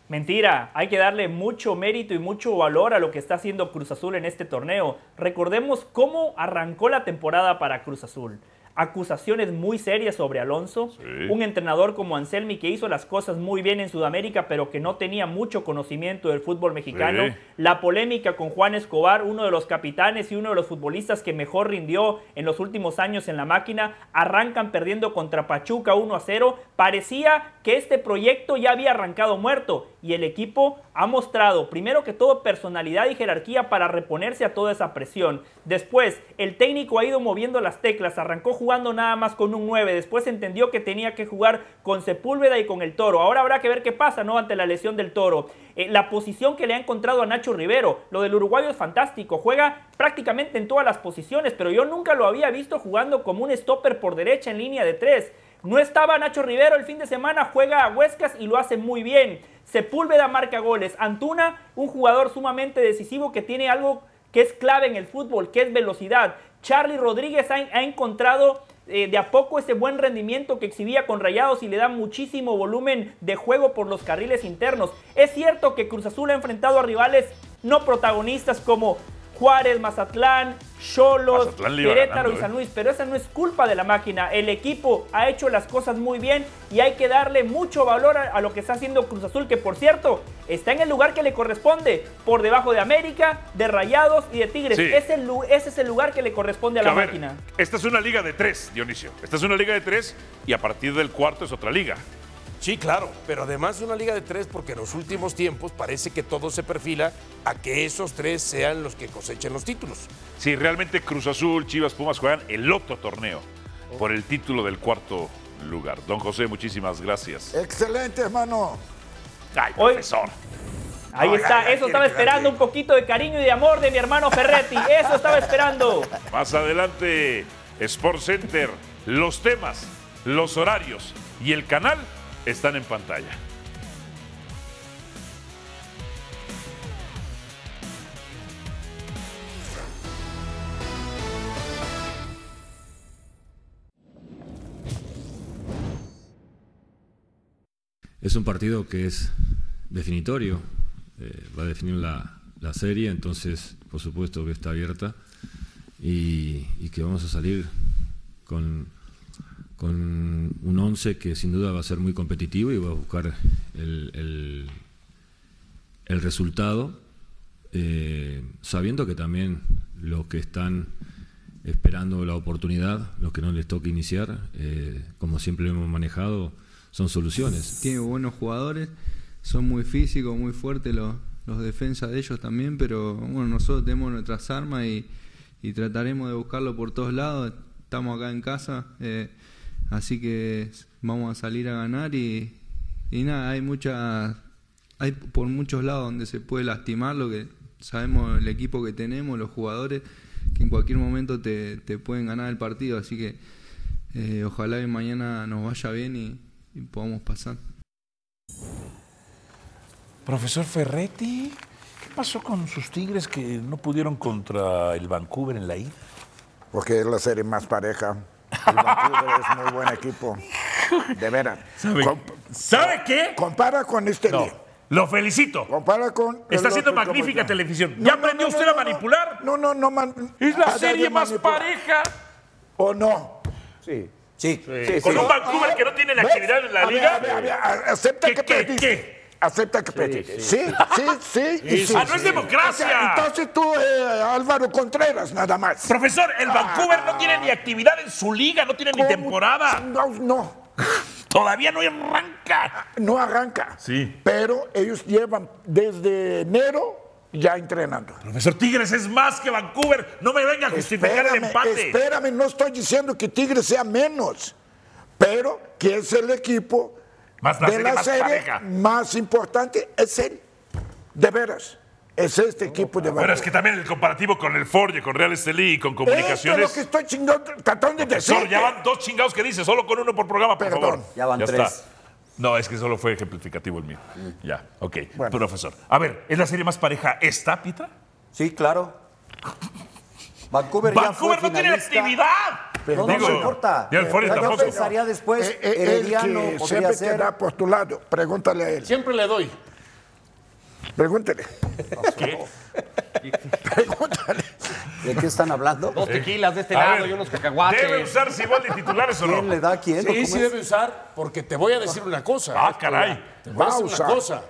Speaker 12: Mentira, hay que darle mucho mérito y mucho valor a lo que está haciendo Cruz Azul en este torneo. Recordemos cómo arrancó la temporada para Cruz Azul. acusaciones muy serias sobre Alonso, un entrenador como Anselmi que hizo las cosas muy bien en Sudamérica, pero que no tenía mucho conocimiento del fútbol mexicano,
Speaker 10: Sí.
Speaker 12: la polémica con Juan Escobar, uno de los capitanes y uno de los futbolistas que mejor rindió en los últimos años en la máquina, arrancan perdiendo contra Pachuca 1 a 0. Parecía que este proyecto ya había arrancado muerto y el equipo ha mostrado, primero que todo, personalidad y jerarquía para reponerse a toda esa presión. Después, el técnico ha ido moviendo las teclas, arrancó jugando nada más con un 9, después entendió que tenía que jugar con Sepúlveda y con el Toro. Ahora habrá que ver qué pasa, ¿no? Ante la lesión del Toro. Eh, la posición que le ha encontrado a Nacho Rivero, lo del uruguayo es fantástico, juega prácticamente en todas las posiciones, pero yo nunca lo había visto jugando como un stopper por derecha en línea de tres. No estaba Nacho Rivero el fin de semana, juega a Huescas y lo hace muy bien. Sepúlveda marca goles. Antuna, un jugador sumamente decisivo que tiene algo que es clave en el fútbol, que es velocidad. Charlie Rodríguez ha, ha encontrado eh, de a poco ese buen rendimiento que exhibía con Rayados y le da muchísimo volumen de juego por los carriles internos. Es cierto que Cruz Azul ha enfrentado a rivales no protagonistas como Juárez, Mazatlán, Cholos,
Speaker 10: Mazatlán le iba
Speaker 12: Querétaro y
Speaker 10: ganando, ¿eh?
Speaker 12: San Luis, pero esa no es culpa de la máquina. El equipo ha hecho las cosas muy bien y hay que darle mucho valor a, a lo que está haciendo Cruz Azul, que por cierto está en el lugar que le corresponde, por debajo de América, de Rayados y de Tigres.
Speaker 10: Sí.
Speaker 12: Es el lu- ese es el lugar que le corresponde a la
Speaker 10: A ver,
Speaker 12: máquina.
Speaker 10: esta es una liga de tres, Dionisio. Esta es una liga de tres y a partir del cuarto es otra liga.
Speaker 3: Sí, claro, pero además una liga de tres porque en los últimos tiempos parece que todo se perfila a que esos tres sean los que cosechen los títulos.
Speaker 10: Si realmente Cruz Azul, Chivas, Pumas juegan el otro torneo por el título del cuarto lugar. Don José, muchísimas gracias.
Speaker 7: Excelente, hermano.
Speaker 10: Ay, profesor.
Speaker 12: Ahí
Speaker 10: No, ya, ya
Speaker 12: está, eso
Speaker 10: tiene
Speaker 12: estaba
Speaker 10: que darle.
Speaker 12: esperando un poquito de cariño y de amor de mi hermano Ferretti, eso estaba esperando.
Speaker 10: Más adelante, Sport Center, los temas, los horarios y el canal están en pantalla.
Speaker 13: Es un partido que es definitorio, eh, va a definir la, la serie, entonces por supuesto que está abierta y, y que vamos a salir con, con un 11 que sin duda va a ser muy competitivo y va a buscar el, el- el resultado, eh, sabiendo que también los que están esperando la oportunidad, los que no les toca iniciar, eh, como siempre lo hemos manejado, son soluciones.
Speaker 14: Tiene buenos jugadores, son muy físicos, muy fuertes los, los defensas de ellos también, pero bueno, nosotros tenemos nuestras armas y, y trataremos de buscarlo por todos lados. Estamos acá en casa, eh, así que vamos a salir a ganar y, y nada, hay muchas, hay por muchos lados donde se puede lastimar lo que sabemos el equipo que tenemos, los jugadores que en cualquier momento te, te pueden ganar el partido, así que eh, ojalá que mañana nos vaya bien y- y podamos pasar.
Speaker 15: Profesor Ferretti, ¿qué pasó con sus Tigres que no pudieron contra el Vancouver en la ida?
Speaker 7: Porque es la serie más pareja. El Vancouver es muy buen equipo. De veras.
Speaker 15: ¿Sabe-
Speaker 7: ¿Sabe qué? Compara con este día.
Speaker 15: Lo felicito.
Speaker 7: Compara con.
Speaker 15: Está haciendo
Speaker 7: siendo
Speaker 15: magnífica televisión. ¿Ya aprendió usted a manipular?
Speaker 7: No, no, no. man-
Speaker 15: Es la
Speaker 7: nada
Speaker 15: serie
Speaker 7: de
Speaker 15: más
Speaker 7: manipula-
Speaker 15: pareja.
Speaker 7: ¿O no?
Speaker 6: Sí.
Speaker 7: Sí.
Speaker 15: Con un Vancouver que no tiene la
Speaker 7: ¿Ves?
Speaker 15: actividad en la
Speaker 7: A ver,
Speaker 15: liga.
Speaker 7: a ver, a ver, a- acepta que perdiste. Acepta que perdiste. Sí, sí, sí. y
Speaker 15: Sí, sí, Ah, no es sí. democracia.
Speaker 7: O sea, Entonces tú, eh, Álvaro Contreras, nada más. Ah.
Speaker 15: Profesor, el Vancouver no tiene ni actividad en su liga, no tiene ni temporada.
Speaker 7: No, no.
Speaker 15: Todavía no arranca.
Speaker 7: No arranca.
Speaker 15: Sí.
Speaker 7: Pero ellos llevan desde enero ya entrenando.
Speaker 15: Profesor Tigres es más que Vancouver. No me venga a justificar el empate.
Speaker 7: espérame, no estoy diciendo que Tigres sea menos, pero que es el equipo
Speaker 15: Más la
Speaker 7: de
Speaker 15: serie
Speaker 7: la
Speaker 15: más
Speaker 7: serie
Speaker 15: pareja.
Speaker 7: más importante, es él. De veras, es este equipo de
Speaker 10: Pero
Speaker 7: Vancouver.
Speaker 10: es que también el comparativo con el Forge, con Real Estelí y con
Speaker 7: Esto es lo
Speaker 10: comunicaciones.
Speaker 7: que estoy chingando, tratando de decir.
Speaker 10: Solo ya van dos chingados que dice, solo con uno por programa, por favor.
Speaker 7: ya van tres.
Speaker 10: No, es que solo fue ejemplificativo el mío.
Speaker 7: Mm.
Speaker 10: Ya, ok. Profesor.
Speaker 15: A ver, ¿es la serie más pareja esta, Pita?
Speaker 6: Sí, claro. Vancouver, ya fue
Speaker 15: Vancouver no tiene
Speaker 6: finalista.
Speaker 15: actividad.
Speaker 6: Pero no,
Speaker 15: Digo,
Speaker 6: no importa.
Speaker 15: ya el Forge
Speaker 6: Yo
Speaker 15: tampoco.
Speaker 6: pensaría después,
Speaker 7: Eh, eh, él
Speaker 6: Herediano
Speaker 7: que
Speaker 6: podría
Speaker 7: siempre te
Speaker 6: ser.
Speaker 7: da postulado, pregúntale a él.
Speaker 3: Siempre le doy.
Speaker 7: Pregúntale.
Speaker 15: ¿Qué?
Speaker 7: Pregúntale.
Speaker 6: ¿De qué están hablando?
Speaker 4: Dos tequilas de este
Speaker 6: Eh, A
Speaker 4: lado
Speaker 6: ver,
Speaker 4: y unos cacahuates.
Speaker 6: ¿debe usar
Speaker 4: Cibol de titulares
Speaker 6: o no? ¿Quién le da a quién, o
Speaker 3: Sí,
Speaker 6: cómo
Speaker 3: sí
Speaker 6: es?
Speaker 3: debe usar, porque te voy a decir una cosa.
Speaker 6: Ah, caray.
Speaker 3: Te voy a
Speaker 6: Va a
Speaker 3: decir una
Speaker 6: usar.
Speaker 3: cosa.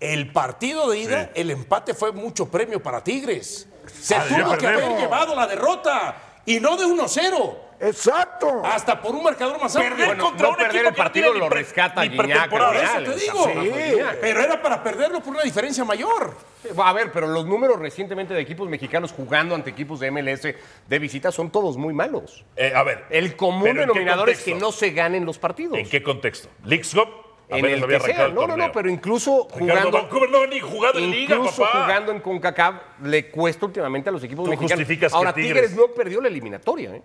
Speaker 3: El partido de ida, el empate fue mucho premio para Tigres. Se
Speaker 5: Ah,
Speaker 3: tuvo
Speaker 5: ya
Speaker 3: que
Speaker 5: perdemos.
Speaker 3: haber llevado la derrota. Y no de 1-0.
Speaker 7: Exacto.
Speaker 3: Hasta por un marcador más amplio.
Speaker 4: Perder Bueno, contra no un perder equipo el que no partido tiene lo ni pre- rescata ni Guiñac al
Speaker 3: Por eso
Speaker 4: final,
Speaker 3: te
Speaker 4: el
Speaker 3: digo.
Speaker 4: campeón fue Guiñac.
Speaker 3: Pero era para perderlo por una diferencia mayor.
Speaker 4: A ver, pero los números recientemente de equipos mexicanos jugando ante equipos de MLS de visita son todos muy malos.
Speaker 5: Eh, a ver.
Speaker 4: El
Speaker 5: ¿pero
Speaker 4: común
Speaker 5: en qué
Speaker 4: denominador es que
Speaker 5: contexto?
Speaker 4: no se ganen los partidos.
Speaker 5: ¿En qué contexto? ¿Leagues Cup?
Speaker 4: En
Speaker 5: Apenas
Speaker 4: el
Speaker 5: había
Speaker 4: que
Speaker 5: arrancado
Speaker 4: sea.
Speaker 5: el
Speaker 4: No, no, no,
Speaker 5: torneo.
Speaker 4: pero incluso
Speaker 5: Ricardo,
Speaker 4: jugando.
Speaker 5: Vancouver no ha ni jugado en liga,
Speaker 4: Incluso
Speaker 5: papá.
Speaker 4: jugando en CONCACAF le cuesta últimamente a los equipos
Speaker 5: Tú
Speaker 4: mexicanos.
Speaker 5: justificas que
Speaker 4: Ahora,
Speaker 5: Tigres-
Speaker 4: no perdió la eliminatoria. ¿eh?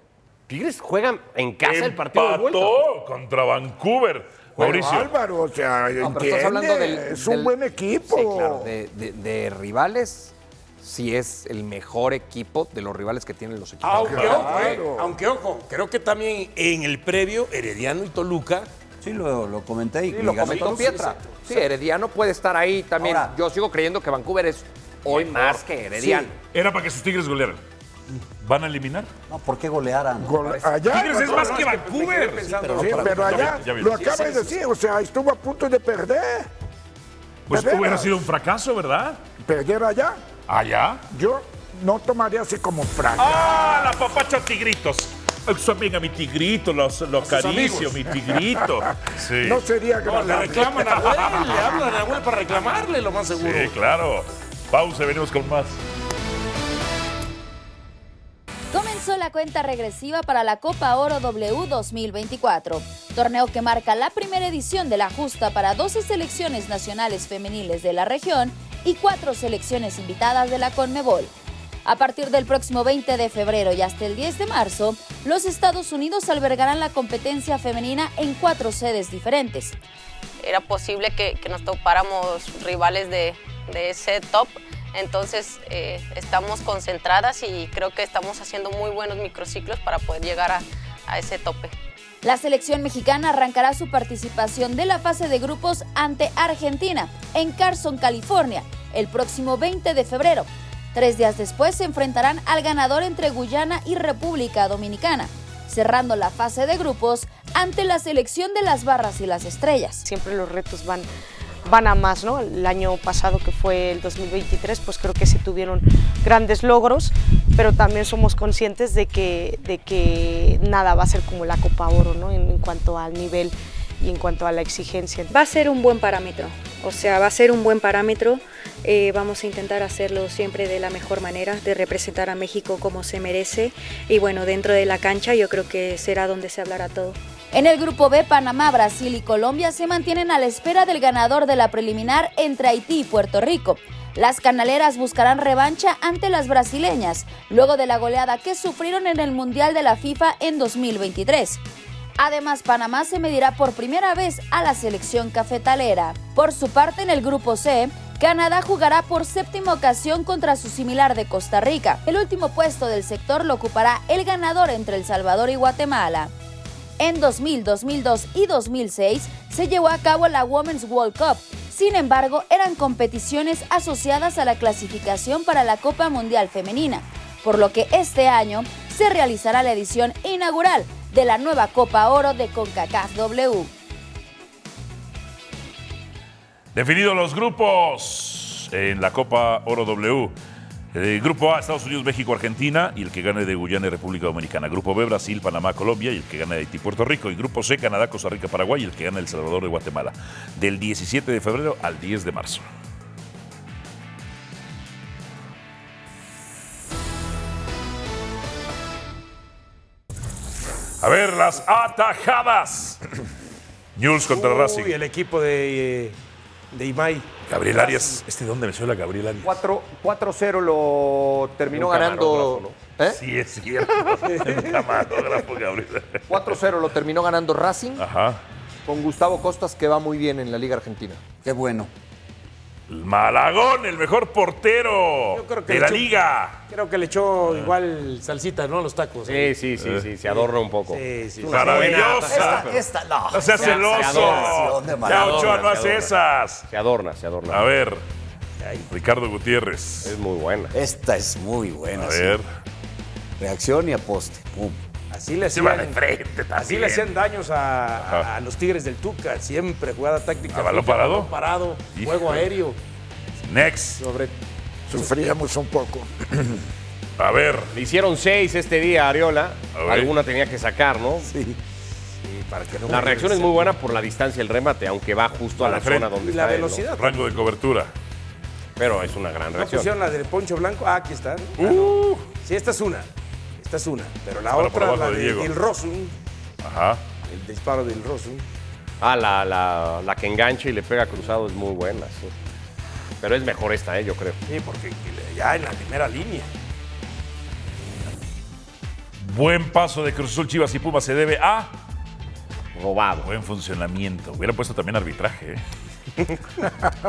Speaker 4: Tigres juega en casa el partido de vuelta.
Speaker 5: Empató contra Vancouver. Mauricio.
Speaker 7: Álvaro, o sea,
Speaker 5: No,
Speaker 2: pero estás hablando del-
Speaker 7: es un
Speaker 2: del-
Speaker 7: buen equipo.
Speaker 2: Sí, claro, de, de- de rivales, sí es el mejor equipo de los rivales que tienen los equipos.
Speaker 3: Aunque, ojo, eh, aunque ojo, creo que también en el previo, Herediano y Toluca.
Speaker 6: Sí, lo, comenté y
Speaker 2: Sí, lo comentó Pietra. Sí, Herediano puede estar ahí también. Yo sigo creyendo que Vancouver es hoy más que Herediano.
Speaker 5: Era para que sus Tigres golearan. ¿Van a eliminar?
Speaker 6: No, ¿por qué golearan?
Speaker 7: allá
Speaker 5: Tigres es
Speaker 7: no,
Speaker 5: más
Speaker 7: no,
Speaker 5: que
Speaker 7: es que
Speaker 5: Vancouver.
Speaker 7: Sí, pero, allá lo acaba de decir, o sea, estuvo a punto de perder.
Speaker 5: Pues
Speaker 7: De
Speaker 5: hubiera
Speaker 7: veras.
Speaker 5: sido un fracaso, ¿verdad?
Speaker 7: Perder allá,
Speaker 5: Allá.
Speaker 7: yo no tomaría así como fracaso.
Speaker 5: ¡Ah, la papacha tigritos! Ay, Son bien a mi tigrito, los, los
Speaker 7: sus
Speaker 5: acaricio,
Speaker 7: amigos.
Speaker 5: mi tigrito. Sí.
Speaker 7: No sería
Speaker 3: No, le
Speaker 7: agradable.
Speaker 3: reclaman a Güell, le hablan a Güell para reclamarle, lo más seguro.
Speaker 5: Sí, claro. Pausa, y venimos con más.
Speaker 16: Comenzó la cuenta regresiva para la Copa Oro W 2024, torneo que marca la primera edición de la justa para 12 selecciones nacionales femeniles de la región y cuatro selecciones invitadas de la Conmebol. A partir del próximo 20 de febrero y hasta el 10 de marzo, los Estados Unidos albergarán la competencia femenina en cuatro sedes diferentes,
Speaker 17: era posible que, que nos topáramos rivales de, de ese top. Entonces eh, estamos concentradas y creo que estamos haciendo muy buenos microciclos para poder llegar a- a ese tope.
Speaker 16: La selección mexicana arrancará su participación de la fase de grupos ante Argentina en Carson, California, el próximo 20 de febrero. Tres días después se enfrentarán al ganador entre Guyana y República Dominicana, cerrando la fase de grupos ante la selección de las barras y las estrellas.
Speaker 17: Siempre los retos van, van a más, ¿no? El año pasado que fue el 2023, pues creo que se tuvieron grandes logros, pero también somos conscientes de que, de que nada va a ser como la Copa Oro, ¿no? En, en cuanto al nivel y en cuanto a la exigencia.
Speaker 18: Va a ser un buen parámetro, o sea, va a ser un buen parámetro. Eh, vamos a intentar hacerlo siempre de la mejor manera, de representar a México como se merece. Y bueno, dentro de la cancha yo creo que será donde se hablará todo.
Speaker 16: En el grupo B, Panamá, Brasil y Colombia se mantienen a la espera del ganador de la preliminar entre Haití y Puerto Rico. Las canaleras buscarán revancha ante las brasileñas, luego de la goleada que sufrieron en el Mundial de la FIFA en 2023. Además, Panamá se medirá por primera vez a la selección cafetalera. Por su parte, en el grupo C, Canadá jugará por séptima ocasión contra su similar de Costa Rica. El último puesto del sector lo ocupará el ganador entre El Salvador y Guatemala. En 2000, 2002 y 2006 se llevó a cabo la Women's World Cup. Sin embargo, eran competiciones asociadas a la clasificación para la Copa Mundial Femenina, por lo que este año se realizará la edición inaugural de la nueva Copa Oro de CONCACAF W.
Speaker 5: Definidos los grupos en la Copa Oro W. Eh, grupo A, Estados Unidos, México, Argentina y el que gane de Guyana y República Dominicana. Grupo B, Brasil, Panamá, Colombia y el que gane de Haití, Puerto Rico. Y Grupo C, Canadá, Costa Rica, Paraguay y el que gane El Salvador de Guatemala. Del 17 de febrero al 10 de marzo. A ver, las atajadas. News contra Racing.
Speaker 3: Uy, el equipo de, eh, de Imai.
Speaker 5: Gabriel Arias. ¿Este de dónde me suena Gabriel Arias?
Speaker 2: 4 4-0 lo terminó
Speaker 5: Un
Speaker 2: ganando. ¿Eh?
Speaker 5: Sí, es cierto. El camarógrafo, Gabriel.
Speaker 2: 4-0 lo terminó ganando Racing
Speaker 5: Ajá.
Speaker 2: con Gustavo Costas, que va muy bien en la Liga Argentina.
Speaker 6: Qué bueno.
Speaker 5: Malagón, el mejor portero de
Speaker 3: le
Speaker 5: la
Speaker 3: echó-
Speaker 5: liga.
Speaker 3: Creo que le echó igual salsita, ¿no? A los tacos.
Speaker 4: Sí, sí,
Speaker 5: Eh.
Speaker 4: sí, sí, se adorna un poco.
Speaker 3: Sí, sí.
Speaker 4: Maravillosa.
Speaker 6: Esta, esta, no.
Speaker 5: No seas
Speaker 6: Esta
Speaker 5: celoso.
Speaker 6: admiración de
Speaker 5: Ya
Speaker 6: Maradona.
Speaker 5: Ochoa no hace esas.
Speaker 4: Se adorna, se adorna.
Speaker 5: A ver. Ricardo Gutiérrez. Es
Speaker 4: muy buena.
Speaker 6: Esta es muy buena.
Speaker 5: A
Speaker 6: sí.
Speaker 5: ver.
Speaker 6: Reacción y aposte. Pum.
Speaker 3: Así le
Speaker 6: Se va
Speaker 3: hacían,
Speaker 6: de frente
Speaker 3: así
Speaker 6: también.
Speaker 3: le hacían daños
Speaker 6: Ajá.
Speaker 3: a, a los Tigres del Tuca. Siempre jugada táctica.
Speaker 5: ¿A balón
Speaker 3: fija,
Speaker 5: parado?
Speaker 3: balón parado, juego
Speaker 5: Híjole.
Speaker 3: aéreo.
Speaker 5: Next.
Speaker 16: Sufríamos un poco.
Speaker 5: A ver.
Speaker 4: Le hicieron seis este día a Ariola.
Speaker 5: A ver.
Speaker 4: Alguna tenía que sacar, ¿no?
Speaker 6: Sí.
Speaker 3: para que
Speaker 4: La reacción es muy buena por la distancia del remate, aunque va justo a
Speaker 3: A
Speaker 4: la
Speaker 3: la frente.
Speaker 4: zona donde
Speaker 3: Y la
Speaker 4: está él, ¿no?
Speaker 3: velocidad.
Speaker 5: Rango de cobertura.
Speaker 4: Pero es una gran
Speaker 3: ¿No
Speaker 4: reacción.
Speaker 3: pusieron la del Poncho Blanco? Ah, aquí está. ¿no? Ah, no. Sí, esta es una. Esta es una. Pero la
Speaker 4: Disparo por
Speaker 3: otra,
Speaker 4: abajo
Speaker 3: la
Speaker 4: de
Speaker 3: de,
Speaker 4: Diego.
Speaker 3: del Rosu.
Speaker 5: Ajá.
Speaker 3: El disparo del Rosu.
Speaker 4: Ah, la, la- la que engancha y le pega cruzado es muy buena, sí. Pero es mejor esta, ¿eh? yo creo.
Speaker 3: Sí, porque ya en la primera línea.
Speaker 5: Buen paso de Cruz Azul, Chivas y Pumas se debe a. Robado. Buen funcionamiento. Hubiera puesto también arbitraje. ¿eh?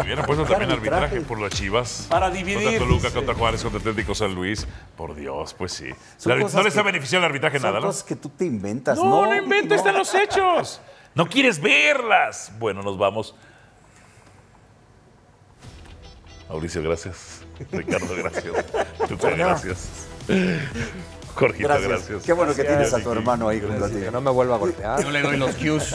Speaker 5: Hubiera puesto también arbitraje por las Chivas.
Speaker 3: Para dividir,
Speaker 5: Contra Toluca,
Speaker 3: dice.
Speaker 5: contra Juárez, contra Atlético San Luis. Por Dios, pues sí.
Speaker 6: Son
Speaker 5: La- no les
Speaker 6: cosas
Speaker 5: ha
Speaker 6: que-
Speaker 5: beneficiado el arbitraje
Speaker 6: son
Speaker 5: nada, ¿no?
Speaker 6: cosas que tú te inventas,
Speaker 5: No,
Speaker 6: ¿no?
Speaker 5: no invento, están los hechos. No quieres verlas. Bueno, nos vamos. Mauricio, gracias. Ricardo, gracias. Tuca, gracias. Jorgito, gracias.
Speaker 6: Qué bueno que
Speaker 5: Gracias,
Speaker 6: tienes a tu
Speaker 5: Ricky.
Speaker 6: hermano ahí junto a ti.
Speaker 2: Que no me vuelva a golpear.
Speaker 6: Yo le doy los cues.